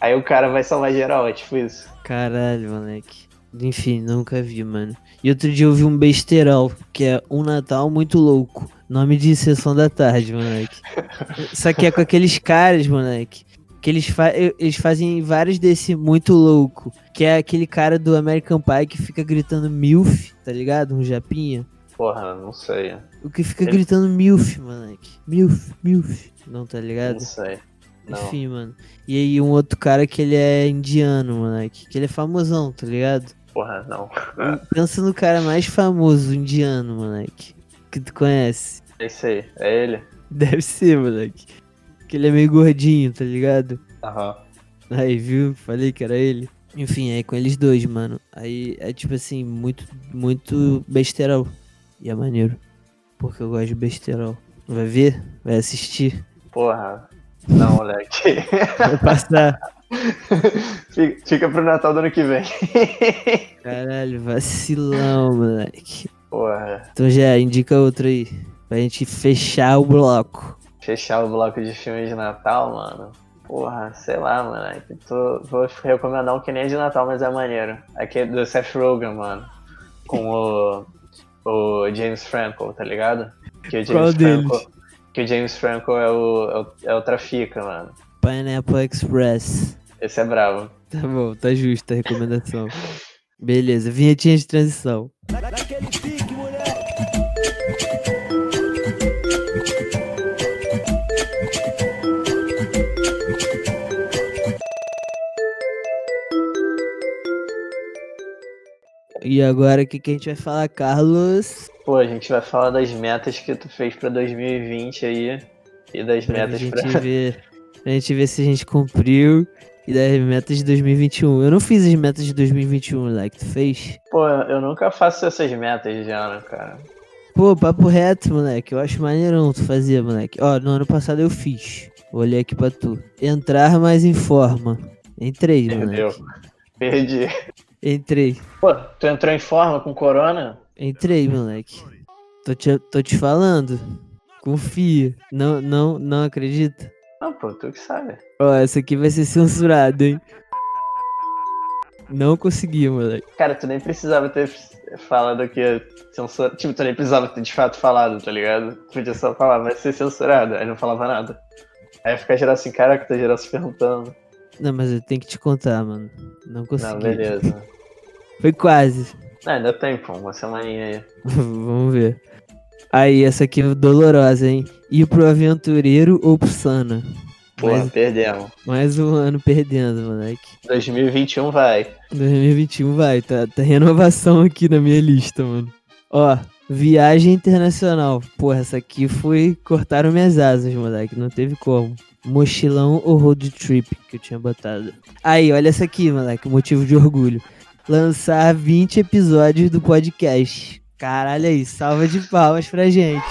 Aí o cara vai salvar geral, é tipo isso.
Caralho, moleque. Enfim, nunca vi, mano. E outro dia eu vi um besterol, que é Um Natal Muito Louco. Nome de Sessão da Tarde, moleque. Só que é com aqueles caras, moleque. Que eles, fa- eu- eles fazem vários desse muito louco. Que é aquele cara do American Pie que fica gritando MILF, tá ligado? Um japinha.
Porra, não sei.
O que fica
Ele-
gritando MILF, moleque. MILF, MILF. Não, tá
Não
ligado?
sei. Não.
Enfim, mano. E aí um outro cara que ele é indiano, moleque. Que ele é famosão, tá ligado?
Porra, não.
Pensa no cara mais famoso indiano, moleque. Que tu conhece.
É isso aí. É ele?
Deve ser, moleque. Que ele é meio gordinho, tá ligado?
Aham.
Aí, viu? Falei que era ele. Enfim, aí com eles dois, mano. Aí é tipo assim, muito, muito besterol. E é maneiro. Porque eu gosto de besterol. Vai ver? Vai assistir?
Porra. Não, moleque.
Vai passar.
Fica- Fica pro Natal do ano que vem.
Caralho, vacilão, moleque.
Porra.
Então já indica outro aí. Pra gente fechar o bloco.
Fechar o bloco de filmes de Natal, mano. Porra, sei lá, moleque. Tô, vou recomendar um que nem é de Natal, mas é maneiro. Aquele do Seth Rogen, mano. Com o, o James Franco, tá ligado? Que o
Qual deles?
Franco, que o James Franco é o, é o, é o Trafica, mano.
Pineapple Express.
Esse é bravo.
Tá bom, tá justa a recomendação. Beleza, vinhetinha de transição. E agora o que, que a gente vai falar, Carlos?
Pô, a gente vai falar das metas que tu fez pra 2020 aí. E das
Pra
metas pra.
gente ver, pra gente ver se a gente cumpriu e das metas de 2021. Eu não fiz as metas de 2021, moleque, um, tu fez?
Pô, eu nunca faço essas metas de ano, cara.
Pô, papo reto, moleque. Eu acho maneirão tu fazer, moleque. Ó, no ano passado eu fiz. Vou olhar aqui pra tu. Entrar mais em forma. Entrei,
Entendeu?
moleque.
Perdi.
Entrei.
Pô, tu entrou em forma com corona?
Entrei, moleque. Tô te, tô te falando. Confia. Não, não, não acredita?
Não, pô, tu que sabe.
Ó, essa aqui vai ser censurada, hein? Não consegui, moleque.
Cara, tu nem precisava ter falado que ia censura... Tipo, tu nem precisava ter de fato falado, tá ligado? Tu podia só falar, vai ser censurado. Aí não falava nada. Aí fica geral assim, caraca, tá geral se perguntando.
Não, mas eu tenho que te contar, mano. Não consegui.
Não, beleza.
Foi quase.
Não, ainda tem, pô, uma semaninha aí.
Vamos ver. Aí, essa aqui é dolorosa, hein? ir pro Aventureiro ou pro Sana.
Pô,
Mas-
perdemos.
Mais um ano perdendo, moleque.
2021 vai.
2021 vai, tá, tá renovação aqui na minha lista, mano. Ó, viagem internacional. Porra, essa aqui foi. Cortaram minhas asas, moleque. Não teve como. Mochilão ou road trip que eu tinha botado. Aí, olha essa aqui, moleque. Motivo de orgulho. Lançar 20 episódios do podcast. Caralho aí, salva de palmas pra gente.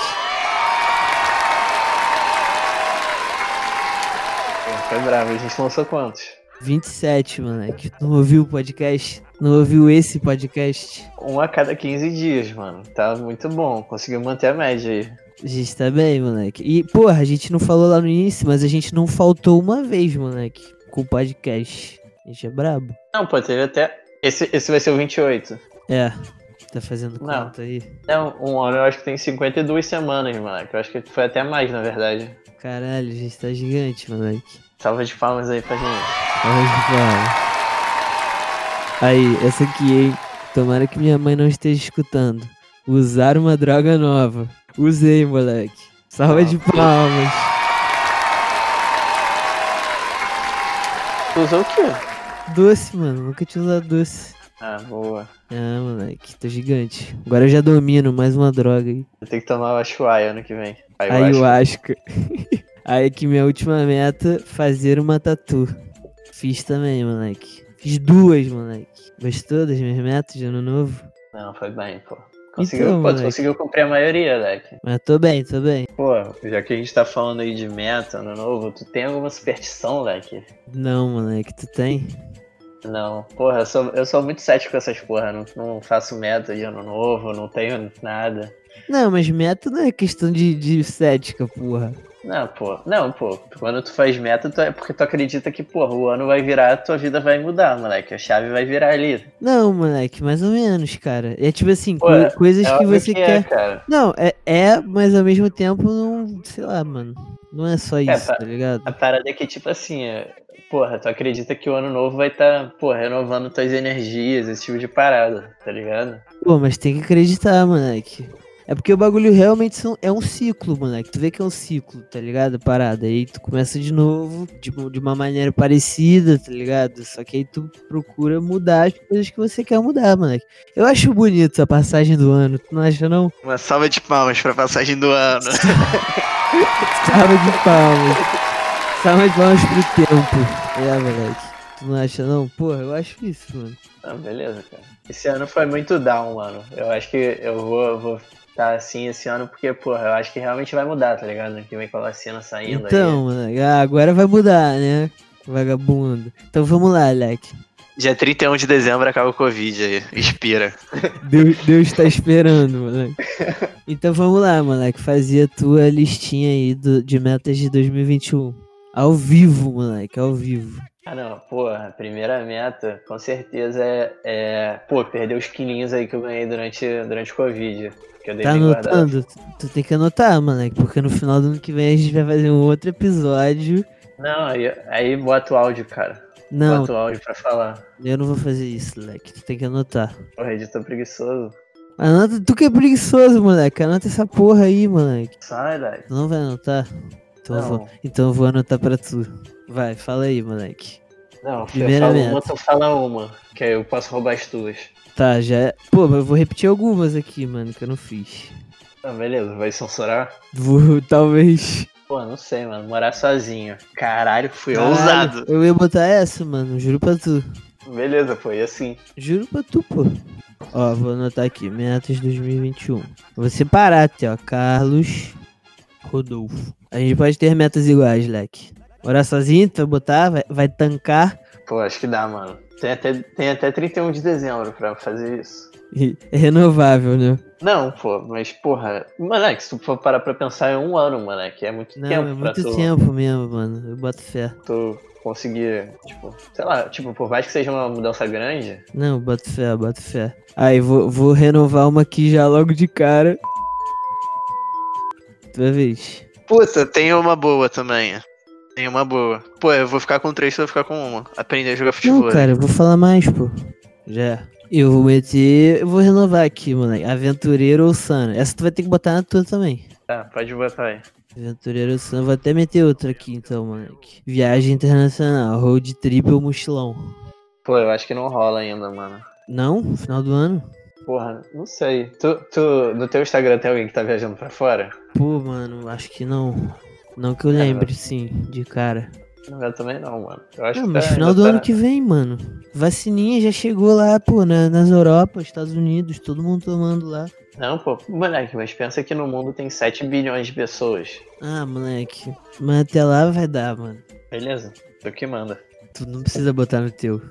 Pô, Foi bravo. A gente lançou quantos?
27, moleque. Não ouviu o podcast? Não ouviu esse podcast?
Um a cada 15 dias, mano. Tá muito bom. Conseguiu manter a média aí.
A gente tá bem, moleque. E, porra, a gente não falou lá no início, mas a gente não faltou uma vez, moleque, com o podcast. A gente é brabo.
Não, pô, teve até. Esse, esse vai ser o 28.
É. Tá fazendo
Não.
conta aí?
Não, um ano eu acho que tem 52 semanas, moleque. Eu acho que foi até mais, na verdade.
Caralho, a gente tá gigante, moleque.
Salva de palmas aí pra gente.
Olha que foda. Aí, essa aqui, hein? Tomara que minha mãe não esteja escutando. Usar uma droga nova. Usei, moleque. Salva de palmas.
Tu usou o quê?
Doce, mano. Nunca tinha usado doce.
Ah, boa.
Ah, moleque, tô gigante. Agora eu já domino mais uma droga aí.
Eu tenho que tomar o Ashuai ano que vem. Aí eu acho.
Ayahuasca. Aí que minha última meta, fazer uma tatu. Fiz também, moleque. Fiz duas, moleque. Gostou das minhas metas de ano novo?
Não, foi bem, pô. Conseguiu,
Então,
pô, tu
moleque.
conseguiu cumprir a maioria, moleque.
Mas tô bem, tô bem.
Pô, já que a gente tá falando aí de meta, ano novo, tu tem alguma superstição, moleque?
Não, moleque, tu tem?
Não, porra, eu sou, eu sou muito cético com essas porra. Não, não faço meta de ano novo, não tenho nada.
Não, mas meta não é questão de, de cética, porra.
Não, pô. Não, pô. Quando tu faz meta, tu é porque tu acredita que, porra, o ano vai virar, tua vida vai mudar, moleque. A chave vai virar ali.
Não, moleque, mais ou menos, cara. É tipo assim,
Pô,
co- coisas
É
que
óbvio que
você quer.
É, cara.
Não, é, é, mas ao mesmo tempo não. Sei lá, mano. Não é só isso,
pa-
tá ligado?
A parada é que, tipo assim, é, porra, tu acredita que o ano novo vai estar, tá, porra, renovando tuas energias, esse tipo de parada, tá ligado?
Pô, mas tem que acreditar, moleque. É porque o bagulho realmente são- é um ciclo, moleque. Tu vê que é um ciclo, tá ligado? A Parada. Aí tu começa de novo, de, de uma maneira parecida, tá ligado? Só que aí tu procura mudar as coisas que você quer mudar, moleque. Eu acho bonito a passagem do ano, tu não acha não?
Uma salva de palmas pra passagem do ano.
Salva de palmas. Salva de palmas pro tempo. É, moleque. Tu não acha não? Porra, eu acho isso, mano.
Ah, beleza, cara. Esse ano foi muito down, mano. Eu acho que eu vou, eu vou tá assim esse ano porque, porra, eu acho que realmente vai mudar, tá ligado? Que vem com a vacina saindo aí.
Então, moleque, ah, agora vai mudar, né? Vagabundo. Então vamos lá, moleque.
Dia 31 de dezembro acaba o Covid aí. Expira.
Deus, Deus tá esperando, moleque. Então vamos lá, moleque. Fazer a tua listinha aí do- de metas de 2021. Ao vivo, moleque, ao vivo.
Ah, não, porra, a primeira meta, com certeza é, é, pô, perder os quilinhos aí que eu ganhei durante, durante o Covid. Que eu
Tá
deixei guardado.
anotando? Tu tem que anotar, moleque, porque no final do ano que vem a gente vai fazer um outro episódio.
Não, aí, aí bota o áudio, cara.
Não,
Bota o áudio pra falar.
eu não vou fazer isso, moleque. Tu tem que anotar.
Porra, editor preguiçoso.
Anota, tu que é preguiçoso, moleque. Anota essa porra aí, moleque.
Sai, velho.
Tu não vai anotar? Então, eu
Não.
vou, então eu vou anotar pra tu. Vai, fala aí, moleque.
Não, eu
Primeira
falo
meta.
uma, tu fala uma. Que aí eu posso roubar as tuas.
Tá, já é. Pô, mas eu vou repetir algumas aqui, mano, que eu não fiz.
Ah, beleza, vai censurar?
Vou, talvez.
Pô, não sei, mano. Morar sozinho. Caralho, fui
Caralho.
ousado.
Ousado.
Eu ia botar essa, mano. Juro pra tu.
Beleza, foi assim.
Juro pra tu, pô. Ó, vou anotar aqui. Metas 2021. Vou separar até, ó. Carlos Rodolfo. A gente pode ter metas iguais, leque. Morar sozinho, tu vai botar, vai, vai tancar.
Pô, acho que dá, mano. Tem até, tem até 31 de dezembro pra fazer isso.
E é renovável, né?
Não, pô, mas porra. Moleque, se tu for parar pra pensar, é um ano, moleque. É muito
Não,
tempo
é
pra
muito
tu,
tempo mesmo, mano. Eu boto fé.
tu conseguir, tipo, sei lá, tipo, por mais que seja uma mudança grande,
Não, boto fé, boto fé. Aí, vou, vou renovar uma aqui já logo de cara. Tua vez.
Puta, tem uma boa também. Tem uma boa. Pô, eu vou ficar com três, tu vai ficar com uma. Aprender a jogar
Não,
futebol.
cara, eu vou falar mais, pô. Já. é. Eu vou meter. Eu vou renovar aqui, moleque. Aventureiro ou Sana. Essa tu vai ter que botar na tua também.
Tá, Ah, pode botar aí.
Aventureiro Sam, vou até meter outra aqui então, moleque. Viagem internacional, road trip ou mochilão.
Pô, eu acho que não rola ainda, mano.
Não? Final do ano?
Porra, não sei. Tu, tu, no teu Instagram tem alguém que tá viajando pra fora?
Pô, mano, acho que não. Não que eu lembre, sim, de cara.
Não, eu também não, mano. Eu acho
Não,
que
Ah, mas
tá-
final
ainda
do
tá-
ano que vem, mano. Vacininha já chegou lá, pô, na- nas Europa, Estados Unidos, todo mundo tomando lá.
Não, pô, moleque, mas pensa que no mundo tem 7 bilhões de pessoas.
Ah, moleque. Mas até lá vai dar, mano.
Beleza? Tu que manda.
Tu não precisa botar no teu.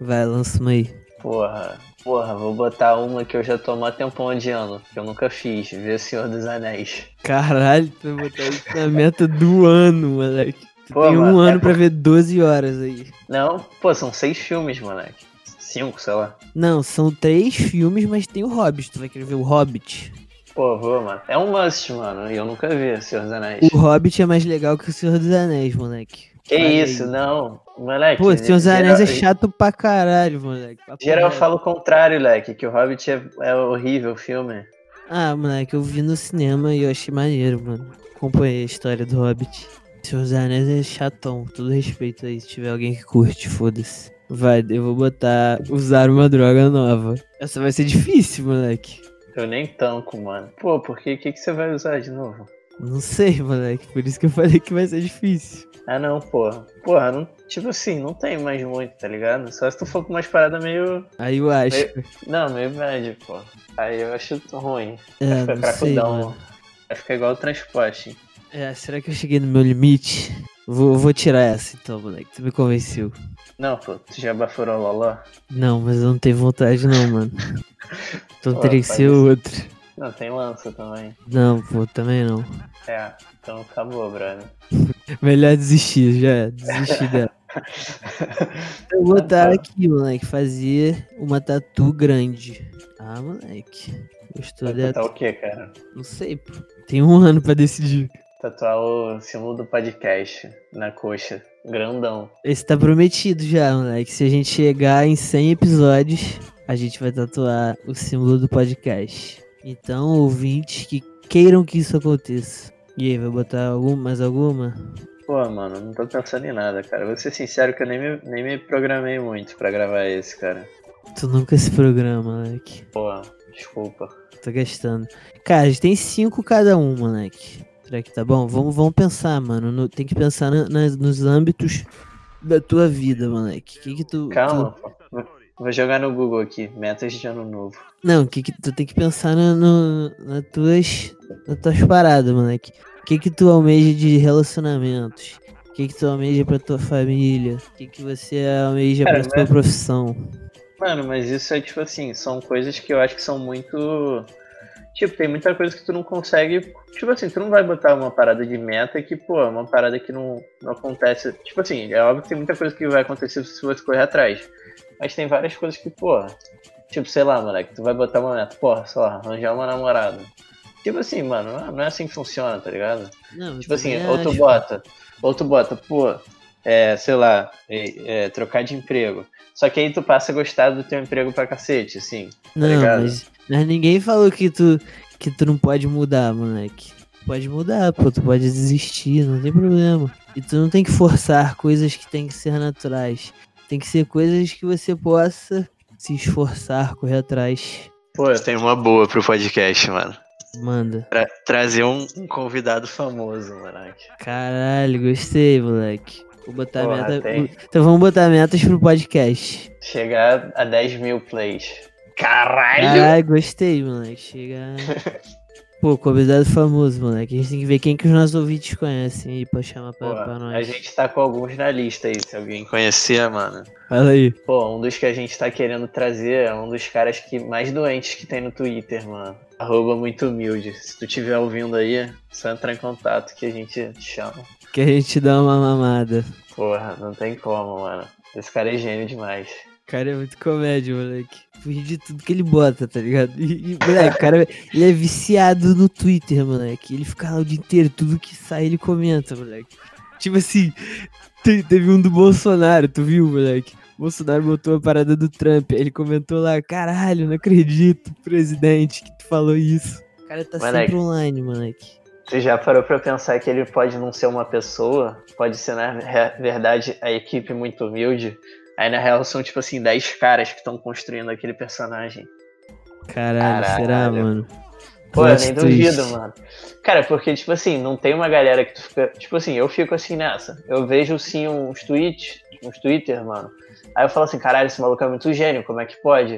Vai, lança uma aí.
Porra, porra, vou botar uma que eu já tô mó tempão adiando, que eu nunca fiz, ver o Senhor dos Anéis.
Caralho, tu vai botar isso na meta do ano, moleque. Tu
Pô,
tem um
mano, é
ano pra ver 12 horas aí.
Não, pô, são seis filmes, moleque. Cinco, sei lá.
Não, são três filmes, mas tem o Hobbit. Tu vai querer ver o Hobbit.
Pô, vou, mano. É um must, mano. E eu nunca vi Senhor dos Anéis.
O Hobbit é mais legal que o Senhor dos Anéis, moleque.
que
Olha aí.
isso, não. Moleque.
Pô, Senhor dos Anéis é
geral-
chato pra caralho, moleque. Papo
Geral
reto.
fala o contrário, leque, que o Hobbit é, é horrível o filme.
Ah, moleque, eu vi no cinema e eu achei maneiro, mano. Acompanhei a história do Hobbit. Senhor dos Anéis é chatão, todo respeito aí. Se tiver alguém que curte, foda-se. Vai, eu vou botar usar uma droga nova. Essa vai ser difícil, moleque.
Eu nem tanco, mano. Pô, por que, que, que você vai usar de novo?
Não sei, moleque. Por isso que eu falei que vai ser difícil.
Ah, não, porra. Porra, não, tipo assim, não tem mais muito, tá ligado? Só se tu for com umas paradas meio.
Aí eu acho.
Não, meio bad, pô. Aí eu acho ruim.
É,
Fica
não sei.
cracudão.
Mano.
Vai ficar igual o transporte.
É, será que eu cheguei no meu limite? Vou, vou tirar essa então, moleque. Tu me convenceu.
Não, pô, tu já baforou o loló?
Não, mas eu não tenho vontade, não, mano. Então
Ó,
teria que
faz
ser
isso.
outro.
Não, tem lança também.
Não, pô, também não.
É, então acabou, brother.
Melhor desistir, já é, desistir dela. Eu vou botar aqui, moleque, fazer uma tatu grande. Ah, moleque. Gostou
Vai
dela?
tatuar o quê, cara?
Não sei, pô. Tem um ano pra decidir.
Tatuar o símbolo do podcast na coxa. Grandão.
Esse tá prometido já, moleque. Se a gente chegar em 100 episódios, a gente vai tatuar o símbolo do podcast. Então, ouvintes que queiram que isso aconteça. E aí, vai botar alguma, mais alguma?
Pô, mano, não tô pensando em nada, cara. Vou ser sincero que eu nem me, nem me programei muito pra gravar esse, cara.
Tu nunca se programa, moleque.
Pô, desculpa.
Tô gastando. Cara, a gente tem cinco cada um, moleque. Será que tá bom? Vamos, vamos pensar, mano. No- tem que pensar na- nas- nos âmbitos da tua vida, moleque. Que que tu,
Calma, pô. Vou- Vou jogar no Google aqui. Metas de ano novo.
tu- não, que que tu tem que pensar na- no, nas, tuas, nas tuas paradas, moleque. O que que tu almeja de relacionamentos? O que que tu almeja pra tua família? O que que você almeja
Cara,
pra tua
né?
profissão?
Mano, mas isso é tipo assim, são coisas que eu acho que são muito. Tipo, tem muita coisa que tu não consegue. Tipo assim, tu não vai botar uma parada de meta que, pô, é uma parada que não, não acontece. Tipo assim, é óbvio que tem muita coisa que vai acontecer se você correr atrás. Mas tem várias coisas que, pô. Tipo, sei lá, moleque, tu vai botar uma meta, porra, sei lá, arranjar uma namorada. Tipo assim, mano, não é- não é assim que funciona, tá ligado?
Não, eu
Tipo assim,
também
ou tu
acho.
bota, ou tu bota, pô, é, sei lá, é, é, trocar de emprego. Só que aí tu passa a gostar do teu emprego pra cacete, assim.
Não,
ligado?
mas, mas ninguém falou que tu, que tu não pode mudar, moleque. Pode mudar, pô, tu pode desistir, não tem problema. E tu não tem que forçar coisas que tem que ser naturais. Tem que ser coisas que você possa se esforçar, correr atrás.
Pô, eu tenho uma boa pro podcast, mano.
Manda.
Tra- trazer um.
Um convidado famoso, moleque.
Caralho, gostei, moleque. Vou botar
Porra,
meta.
tem.
Então vamos botar metas pro podcast.
Chegar a 10 mil plays.
Caralho!
Caralho, gostei, moleque. Chega. Pô, convidado famoso, moleque. A gente tem que ver quem que os nossos ouvintes conhecem aí pra chamar pra,
Pô,
é pra nós.
a gente tá com alguns na lista aí, se alguém conhecia, mano.
Fala aí.
Pô, um dos que a gente tá querendo trazer é um dos caras que mais doentes que tem no Twitter, mano. Arroba muito humilde. Se tu tiver ouvindo aí, só entrar em contato que a gente te chama.
Que a gente dá uma mamada.
Porra, não tem como, mano. Esse cara é gênio demais.
O cara é muito comédia, moleque. Fugir de tudo que ele bota, tá ligado? E, e, moleque, o cara ele é viciado no Twitter, moleque. Ele fica lá o dia inteiro, tudo que sai ele comenta, moleque. Tipo assim, te- teve um do Bolsonaro, tu viu, moleque? O Bolsonaro botou a parada do Trump. aí Ele comentou lá, caralho, não acredito, presidente, que tu falou isso. O cara tá
Moleque.
sempre online, moleque.
Tu já parou pra pensar que ele pode não ser uma pessoa? Pode ser, na re- verdade, a equipe muito humilde. Aí, na real, são, tipo assim, 10 caras que estão construindo aquele personagem.
Caralho,
Caralho.
será, mano?
Pô, eu
Plot
nem
twist.
duvido, é mano. Cara, porque, tipo assim, não tem uma galera que tu fica. Tipo assim, eu fico assim nessa. Eu vejo, sim, uns tweets, uns Twitter, mano. Aí eu falo assim, caralho, esse maluco é muito gênio, como é que pode?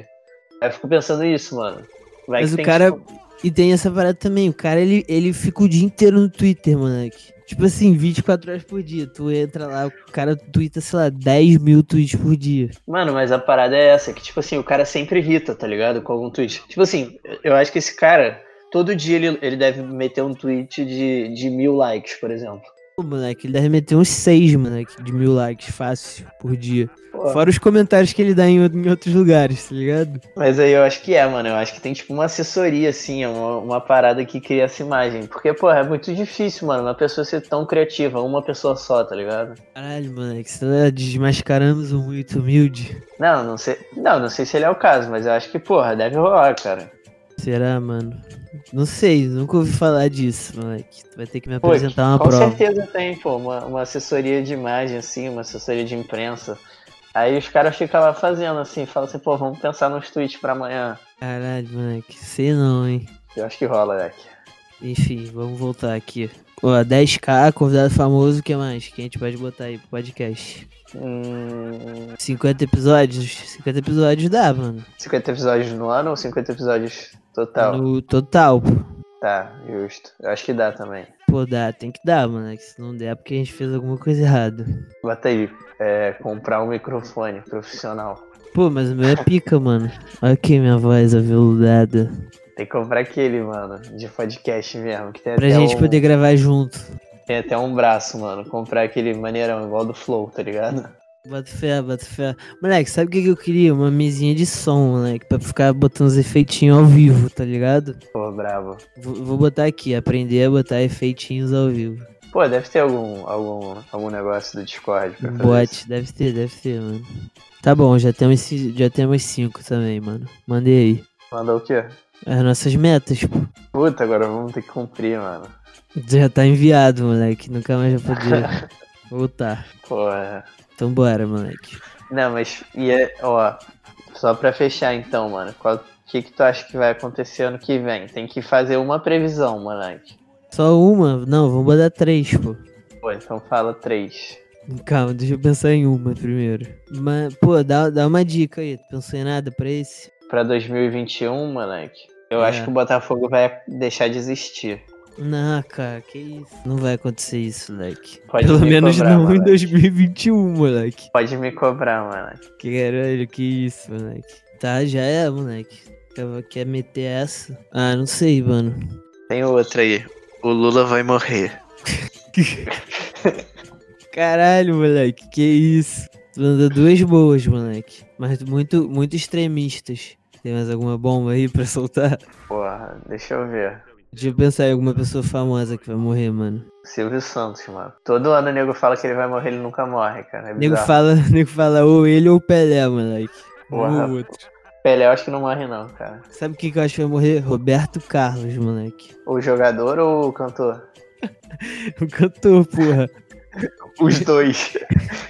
Aí eu fico pensando isso, mano. Como é
Mas
que
o
tem,
cara-
tipo,
E tem essa parada também, o cara ele, ele fica o dia inteiro no Twitter, moleque. Tipo assim, 24 horas por dia. Tu entra lá, o cara twitta, sei lá, 10 mil tweets por dia.
Mano, mas a parada é essa, que, tipo assim, o cara sempre irrita, tá ligado? Com algum tweet. Tipo assim, eu acho que esse cara, todo dia ele, ele deve meter um tweet de, de mil likes, por exemplo.
Pô, moleque, ele deve meter uns 6, moleque, de mil likes fácil por dia.
Pô,
Fora os comentários que ele dá em, ou- em outros lugares, tá ligado?
Mas aí eu acho que é, mano. Eu acho que tem, tipo, uma assessoria, assim, é uma, uma parada que cria essa imagem. Porque, porra, é muito difícil, mano, uma pessoa ser tão criativa, uma pessoa só, tá ligado?
Caralho, moleque, você tá desmascaramos um muito humilde.
Não, não sei. Não, não sei se ele é o caso, mas eu acho que, porra, deve rolar, cara.
Será, mano? Não sei, nunca ouvi falar disso, moleque. Tu vai ter que me
Pô,
apresentar uma
com
prova.
certeza tem, pô, uma, uma assessoria de imagem, assim, uma assessoria de imprensa. Aí os caras ficam lá fazendo, assim, falam assim, pô, vamos pensar nos tweets pra amanhã.
Caralho, moleque, sei não, hein.
Eu acho que rola, Jack.
Enfim, vamos voltar aqui. Ó, 10k, convidado famoso, o que mais? Que a gente pode botar aí pro podcast?
Hum,
50 episódios? 50 episódios dá, mano.
50 episódios no ano ou 50 episódios total?
No total, pô.
Tá, justo. Eu acho que dá também.
Pô, dá, tem que dar, mano. que Se não der, é porque a gente fez alguma coisa errada.
Bota aí, é, comprar um microfone profissional.
Pô, mas o meu é pica, mano. Olha aqui minha voz aveludada.
Tem que comprar aquele, mano, de podcast mesmo. Que tem
Pra
até
gente
um,
poder gravar junto.
Tem até um braço, mano. Comprar aquele maneirão, igual do Flow, tá ligado?
Bota fé, bota fé. Moleque, sabe o que que eu queria? Uma mesinha de som, moleque. Pra ficar botando os efeitinhos ao vivo, tá ligado?
Pô, bravo.
Vou, vou botar aqui, aprender a botar efeitinhos ao vivo.
Pô, deve ter algum, algum, algum negócio do Discord pra
Um
fazer. isso.
bot, deve ter, deve ter, mano. Tá bom, já temos, ci- já temos cinco também, mano. Mandei aí.
Mandou o quê?
As nossas metas, pô.
Puta, agora vamos ter que cumprir, mano.
Já tá enviado, moleque. Nunca mais vai poder voltar.
Porra.
Então bora, moleque.
é. Não, mas, e é, ó, só pra fechar então, mano. O que, que tu acha que vai acontecer ano que vem? Tem que fazer uma previsão, moleque.
Só uma? Não, vamos botar três, pô.
Pô, então fala três.
Calma, deixa eu pensar em uma primeiro. Mas, pô, dá, dá uma dica aí. Tu Pensou em nada pra esse?
Pra 2021, moleque, eu
É.
acho que o Botafogo vai deixar de existir.
Não, cara, que isso. Não vai acontecer isso, moleque.
Pode
Pelo
me
menos
cobrar,
não em
moleque.
2021, moleque.
Pode me cobrar, moleque.
Caralho, que isso, moleque. Tá, já é, moleque. Tava- Quer meter essa? Ah, não sei, mano.
Tem outra aí. O Lula vai morrer.
Caralho, moleque, que isso. Tu mandou duas boas, moleque. Mas muito, muito extremistas. Tem mais alguma bomba aí pra soltar?
Porra, deixa eu ver.
Deixa eu pensar em alguma pessoa famosa que vai morrer, mano.
Silvio Santos, mano. Todo ano o nego fala que ele vai morrer, ele nunca morre, cara. É
Nego
bizarro.
fala, nego fala ou ele ou o Pelé, moleque.
Porra.
Um ou outro.
Pelé, eu acho que não morre, não, cara.
Sabe o que que eu acho que vai morrer? Roberto Carlos, moleque.
O jogador ou o cantor?
O cantor, porra.
Os dois.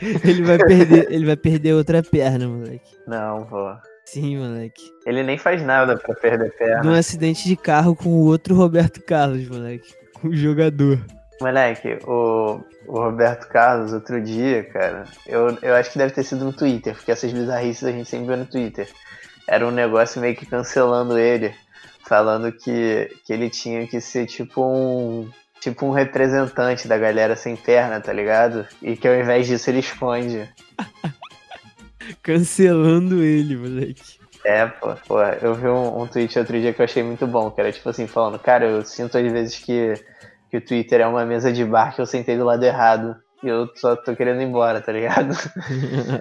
Ele vai perder, ele vai perder outra perna, moleque.
não, pô.
Sim, moleque.
Ele nem faz nada pra perder perna.
Num acidente de carro com o outro Roberto Carlos, moleque. Com o jogador.
Moleque, o, o Roberto Carlos, outro dia, cara, eu, eu acho que deve ter sido no Twitter, porque essas bizarrices a gente sempre vê no Twitter. Era um negócio meio que cancelando ele, falando que, que ele tinha que ser tipo um. Tipo um representante da galera sem perna, tá ligado? E que ao invés disso ele esconde.
Cancelando ele, moleque.
É, pô, pô. Eu vi um, um tweet outro dia que eu achei muito bom, que era tipo assim, falando, cara, eu sinto às vezes que, que o Twitter é uma mesa de bar que eu sentei do lado errado. E eu só tô querendo ir embora, tá ligado?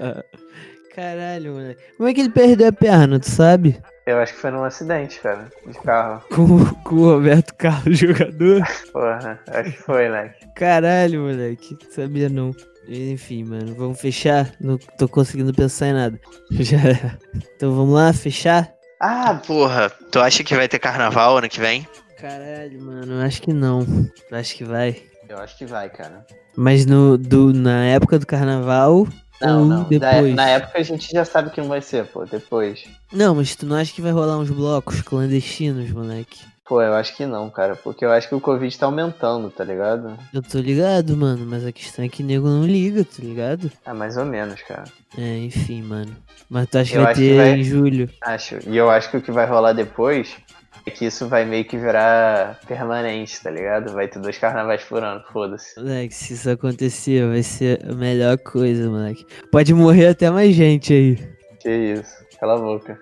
Caralho, moleque. Como é que ele perdeu a perna, tu sabe?
Eu acho que foi num acidente, cara, de carro.
Com, o- com o Roberto Carlos, jogador?
Porra, acho que foi, né?
Caralho, moleque. Sabia não. Enfim, mano, vamos fechar? Não tô conseguindo pensar em nada. Já é. Então vamos lá, fechar?
Ah,
Porra, tu acha que vai ter carnaval ano que vem?
Caralho, mano, acho que não. Acho que vai.
Eu acho que vai, cara.
Mas no, do, na época do carnaval
Não,
ou
não. Da-
depois?
na época a gente já sabe que não vai ser, pô. Depois.
Não, mas tu não acha que vai rolar uns blocos clandestinos, moleque?
Pô, eu acho que não, cara. Porque eu acho que o Covid tá aumentando, tá ligado?
Eu tô ligado, mano, mas a questão é que nego não liga, tá ligado?
É mais ou menos, cara.
É, enfim, mano. Mas tu acha que
Eu
vai
acho que
ter
vai-
em julho?
Acho. E eu acho que o que vai rolar depois é que isso vai meio que virar permanente, tá ligado? Vai ter dois carnavais por ano, foda-se.
Moleque, se isso acontecer, vai ser a melhor coisa, moleque. Pode morrer até mais gente aí.
Que isso. Cala a boca.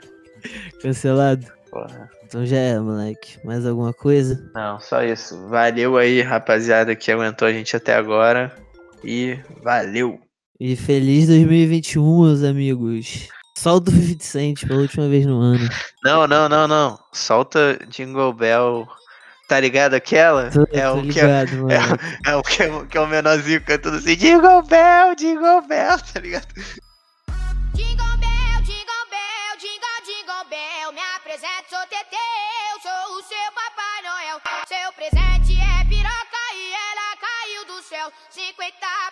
Cancelado.
Porra.
Então já é, moleque. Mais alguma coisa?
Não, só isso. Valeu aí, rapaziada, que aguentou a gente até agora. E valeu.
E feliz 2021, meus amigos. Solta o 50 Cent pela última vez no ano.
Não, não, não, não. Solta Jingle Bell. Tá ligado aquela?
Tô,
é,
tô
o que é,
ligado, mano.
é o que é, o- que é o menorzinho cantando assim, Jingle Bell, Jingle Bell, tá ligado?
Jingle Bell, Jingle Bell, Jingle Jingle Bell, me apresento, sou TT, eu sou o seu Papai Noel. Seu presente é piroca e ela caiu do céu. 50%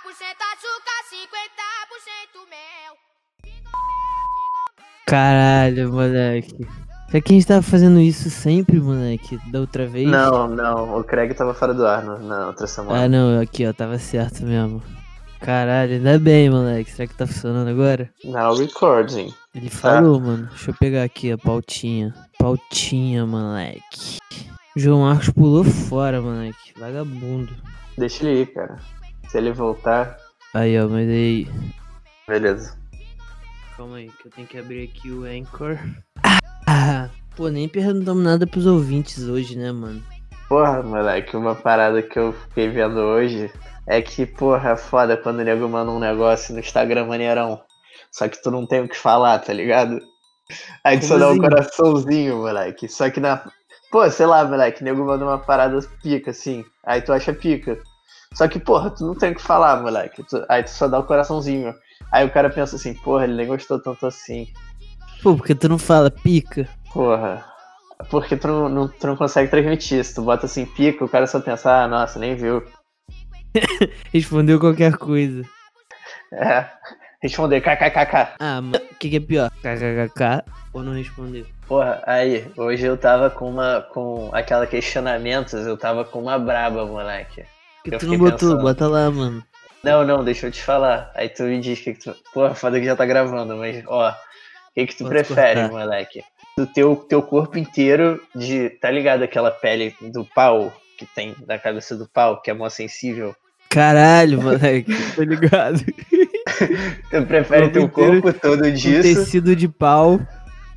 açúcar, 50% mel. Jingle
Caralho, moleque. Será que a gente tava fazendo isso sempre, moleque? Da outra vez?
Não, não. O Craig tava fora do ar na- na outra
Ah,
semana.
não, aqui ó, tava certo mesmo. Caralho, ainda bem, moleque. Será que tá funcionando agora?
Now recording.
Ele falou, mano. Deixa eu pegar aqui a pautinha. Pautinha, moleque. O João Marcos pulou fora, moleque. Vagabundo.
Deixa ele ir, cara. Se ele voltar,
Aí, ó, mas aí.
beleza.
Calma aí, que eu tenho que abrir aqui o Anchor. Ah, pô, nem perguntamos nada pros ouvintes hoje, né, mano?
Porra, moleque, uma parada que eu fiquei vendo hoje é que, porra, é foda quando o nego manda um negócio no Instagram maneirão. Só que tu não tem o que falar, tá ligado? Aí tu
Como
só dá um
assim?
coraçãozinho, moleque. Só que na. Pô, sei lá, moleque, o nego manda uma parada pica, assim. Aí tu acha pica. Só que, porra, tu não tem o que falar, moleque. Tu- Aí tu só dá o coraçãozinho. Aí o cara pensa assim, porra, ele nem gostou tanto assim.
Pô, porque tu não fala pica?
Porra. Porque tu não, não- tu não consegue transmitir. Se tu bota assim, pica, o cara só pensa, ah, nossa, nem viu.
Respondeu qualquer coisa.
É. Responder, kkkk.
Ah, mano, o que, que é pior? KKKK ou não responder?
Porra, aí, hoje eu tava com uma. com aquela questionamentos, eu tava com uma braba, moleque.
Que
Eu
tu
fiquei
não botou,
pensando.
bota lá, mano.
Não, não, deixa eu te falar. Aí tu me diz o que, que tu. Porra, foda que já tá gravando, mas ó. O que, que tu
Posso
prefere,
cortar.
moleque? Do teu, teu corpo inteiro de. Tá ligado aquela pele do pau que tem da cabeça do pau, que é mó sensível?
Caralho, moleque, tô ligado.
Tu prefere
Corpo
ter o
inteiro
corpo todo
Um
disso
tecido de pau.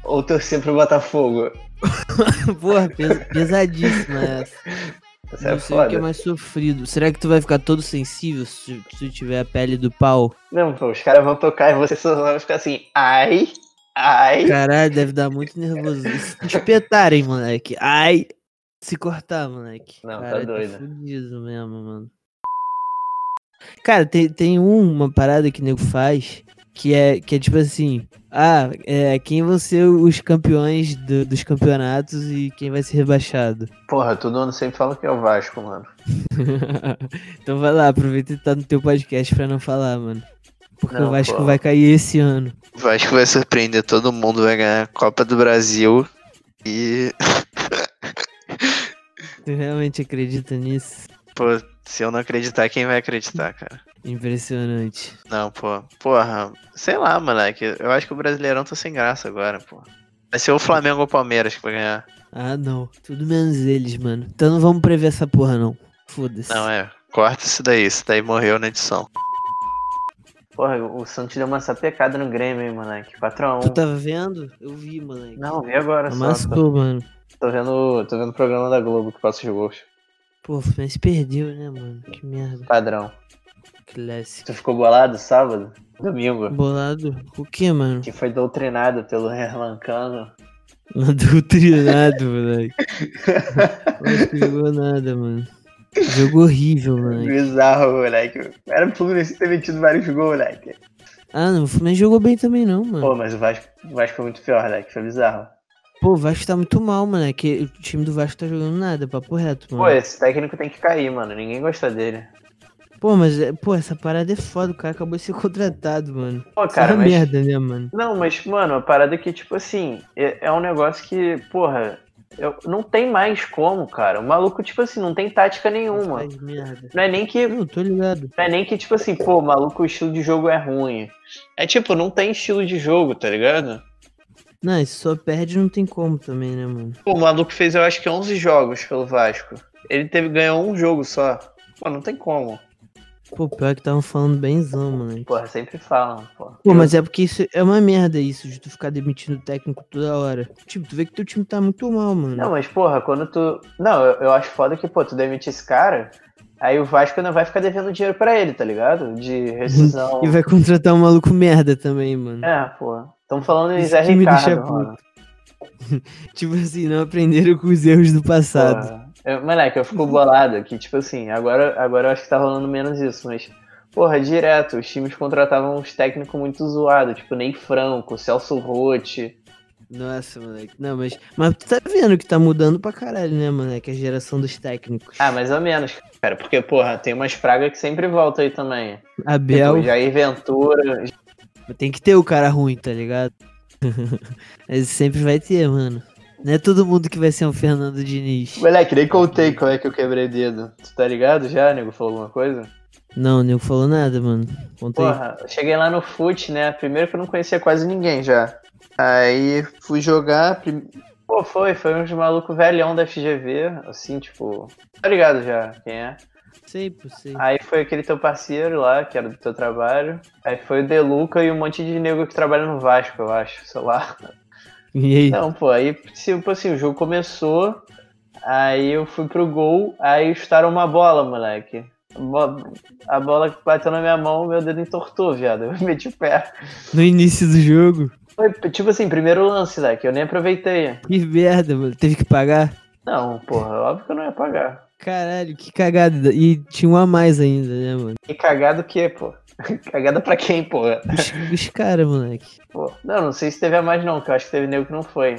ou torcer pro Botafogo?
Porra, pes- pesadíssima essa.
Isso é
Não sei o que é
foda.
mais sofrido. Será que tu vai ficar todo sensível se tu tiver a pele do pau?
Não, pô, os caras vão tocar e você só vai ficar assim, ai, ai.
Caralho, deve dar muito nervoso. E se te espetarem, moleque? Ai, se cortar, moleque.
Não, tá
Caralho,
doido.
fudido mesmo, mano. Cara, tem, tem um- uma parada que o nego faz que é, que é tipo assim: ah, é, quem vão ser os campeões do- dos campeonatos e quem vai ser rebaixado.
Porra, todo mundo sempre fala que é o Vasco, mano.
então vai lá, aproveita e tá no teu podcast pra não falar, mano. Porque
Não,
o Vasco
pô.
vai cair esse ano.
Vasco vai surpreender todo mundo, vai ganhar a Copa do Brasil e,
Tu realmente acredita nisso?
pô, se eu não acreditar, quem vai acreditar, cara?
Impressionante.
Não, pô, porra, sei lá, moleque, eu acho que o Brasileirão tá sem graça agora, pô. Vai ser o Flamengo ou o Palmeiras que vai ganhar.
Ah, não. Tudo menos eles, mano. Então não vamos prever essa porra, não. Foda-se.
Não, é, corta isso daí, isso daí morreu na edição.
Porra, o Santos deu uma sapecada no Grêmio, hein, moleque. 4x1.
Tu tá- tava vendo? Eu vi, moleque.
Não, vi agora só. Tô,
Amassou, mano.
tô vendo, tô vendo o programa da Globo que passa os gols.
Pô, mas perdeu, né, mano? Que merda.
Padrão.
Clássico.
Tu ficou bolado sábado? Domingo?
Bolado. O que, mano?
Que foi doutrinado pelo Hermancano.
Adultrinado, moleque. Eu Acho que jogou nada, mano. Jogo horrível, moleque.
Bizarro, moleque. Era pro Fluminense ter metido vários gols, moleque.
Ah, não, o Fluminense jogou bem também, não, mano.
Pô, mas o Vasco, o Vasco foi muito pior, moleque. Foi bizarro.
Pô, o Vasco tá muito mal, mano. É que o time do Vasco tá jogando nada, papo reto,
Pô,
mano.
esse técnico tem que cair, mano. Ninguém gosta dele.
Pô, mas, é- pô, essa parada é foda. O cara acabou de ser contratado, mano.
Pô,
Isso é
cara,
uma
mas.
merda, né, mano?
Não, mas, mano, a parada é que, tipo assim, é, é um negócio que, porra, eu- não tem mais como, cara. O maluco, tipo assim, não tem tática nenhuma.
Faz merda.
Não é nem que.
Não, tô ligado.
Não é nem que, tipo assim, pô, maluco, o estilo de jogo é ruim. É tipo, não tem estilo de jogo, tá ligado?
Não, se só perde não tem como também, né, mano?
Pô, o maluco fez, eu acho que 11 jogos pelo Vasco. Ele teve, ganhou um jogo só. Pô, não tem como.
Pô, pior que estavam falando benzão, mano.
Porra, sempre falam, pô.
Pô, mas é porque isso é uma merda isso, de tu ficar demitindo o técnico toda hora. Tipo, tu vê que teu time tá muito mal, mano.
Não, mas porra, quando tu. Não, eu, eu acho foda que, pô, tu demite esse cara, aí o Vasco não vai ficar devendo dinheiro pra ele, tá ligado? De rescisão.
E vai contratar um maluco merda também, mano.
É, pô. Estamos falando em
Isso
Zé
que me deixa
Ricardo, mano.
Tipo assim, não aprenderam com os erros do passado.
Porra. Eu, moleque, eu fico bolado que, tipo assim, agora, agora eu acho que tá rolando menos isso, mas. Porra, direto, os times contratavam uns técnicos muito zoados, tipo Ney Franco, Celso Rotti.
Nossa, moleque. Não, mas, mas tu tá vendo que tá mudando pra caralho, né, moleque? A geração dos técnicos.
Ah, mais ou menos, cara, porque, porra, tem umas pragas que sempre voltam aí também.
Abel,
Tipo, Jair Ventura,
tem que ter o cara ruim, tá ligado? Mas sempre vai ter, mano. Não é todo mundo que vai ser um Fernando Diniz.
Moleque, nem contei como é que eu quebrei o dedo. Tu tá ligado já, nego? Falou alguma coisa?
Não, o nego falou nada, mano. Conta aí.
Porra, eu cheguei lá no fute, né? Primeiro que eu não conhecia quase ninguém já. Aí fui jogar. prim- Pô, foi, foi uns maluco velhão da FGV, assim, tipo. Tá ligado já quem é?
Sei, pô, sei.
Aí foi aquele teu parceiro lá, que era do teu trabalho. Aí foi o Deluca e um monte de nego que trabalha no Vasco, eu acho, sei lá.
E aí?
Não, pô, aí, tipo assim, o jogo começou, aí eu fui pro gol, aí chutaram uma bola, moleque. A bo- A bola que bateu na minha mão, meu dedo entortou, viado. Eu meti o pé.
No início do jogo?
Foi, tipo assim, primeiro lance, moleque, eu nem aproveitei.
Que merda, mano. Teve que pagar?
Não, porra, é óbvio que eu não ia pagar.
Caralho, que cagada. E tinha um a mais ainda, né, mano?
E cagado o quê, pô? Cagada pra quem, porra?
Os, os caras, moleque.
Pô, Não, não sei se teve a mais não, que eu acho que teve nego que não foi.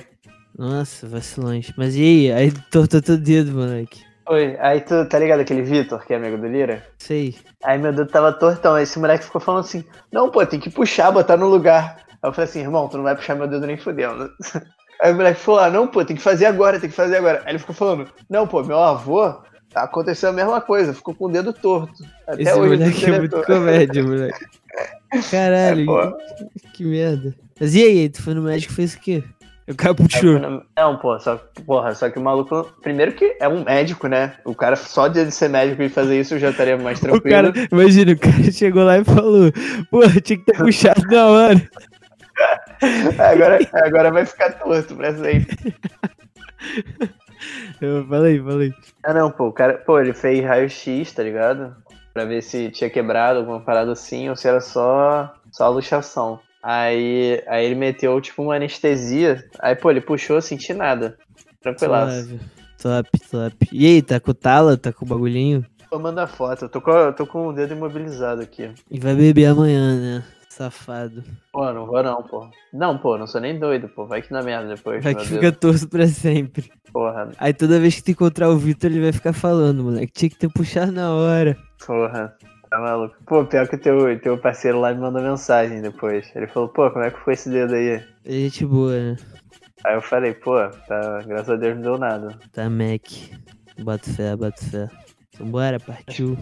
Nossa, vacilões. Mas e aí? Aí tortou teu dedo, moleque.
Foi. Aí tu, tá ligado aquele Vitor, que é amigo do Lira?
Sei.
Aí meu dedo tava tortão. Aí esse moleque ficou falando assim: Não, pô, tem que puxar, botar no lugar. Aí eu falei assim: Irmão, tu não vai puxar meu dedo nem fudendo. Aí o moleque falou: ah, Não, pô, tem que fazer agora, tem que fazer agora. Aí ele ficou falando: Não, pô, meu avô tá acontecendo a mesma coisa, ficou com o dedo torto. Até
Esse
hoje o
moleque
dedo
é
é
muito
torto.
comédia, moleque.
É,
Caralho,
pô.
que, que merda. Mas e aí? Tu foi no médico e fez o quê? O cara puxou.
Não, pô, só, porra, só que o maluco. Primeiro que é um médico, né? O cara só de ser médico e fazer isso eu já estaria mais
O
Tá tranquilo.
cara, imagina, o cara chegou lá e falou: Pô, tinha que ter puxado na hora.
Agora, agora vai ficar torto pra sempre.
Eu falei, falei.
Ah, não, pô, o cara, pô, ele fez raio-x, tá ligado? Pra ver se tinha quebrado alguma parada assim ou se era só, só luxação. Aí, aí ele meteu, tipo, uma anestesia. Aí, pô, ele puxou, eu senti nada. Tranquilaço.
Suave. Top, top. E aí, tá com tala? Tá com o bagulhinho?
Tô mandando a foto, eu tô, com, eu tô com o dedo imobilizado aqui.
E vai beber amanhã, né? Safado.
Pô, não vou não, pô. Não, pô, não sou nem doido, pô. Vai que dá merda depois,
Vai
meu
que
Deus.
fica torto pra sempre.
Porra,
Aí toda vez que tu encontrar o Vitor, ele vai ficar falando, moleque. Tinha que ter puxado na hora.
porra. Tá maluco. Pô, pior que o teu, teu parceiro lá me mandou mensagem depois. Ele falou, pô, como é que foi esse dedo aí?
É Gente boa, né?
Aí eu falei, pô, tá, graças a Deus não deu nada.
Tá, Mac. Bota fé, bota fé. Vambora, partiu.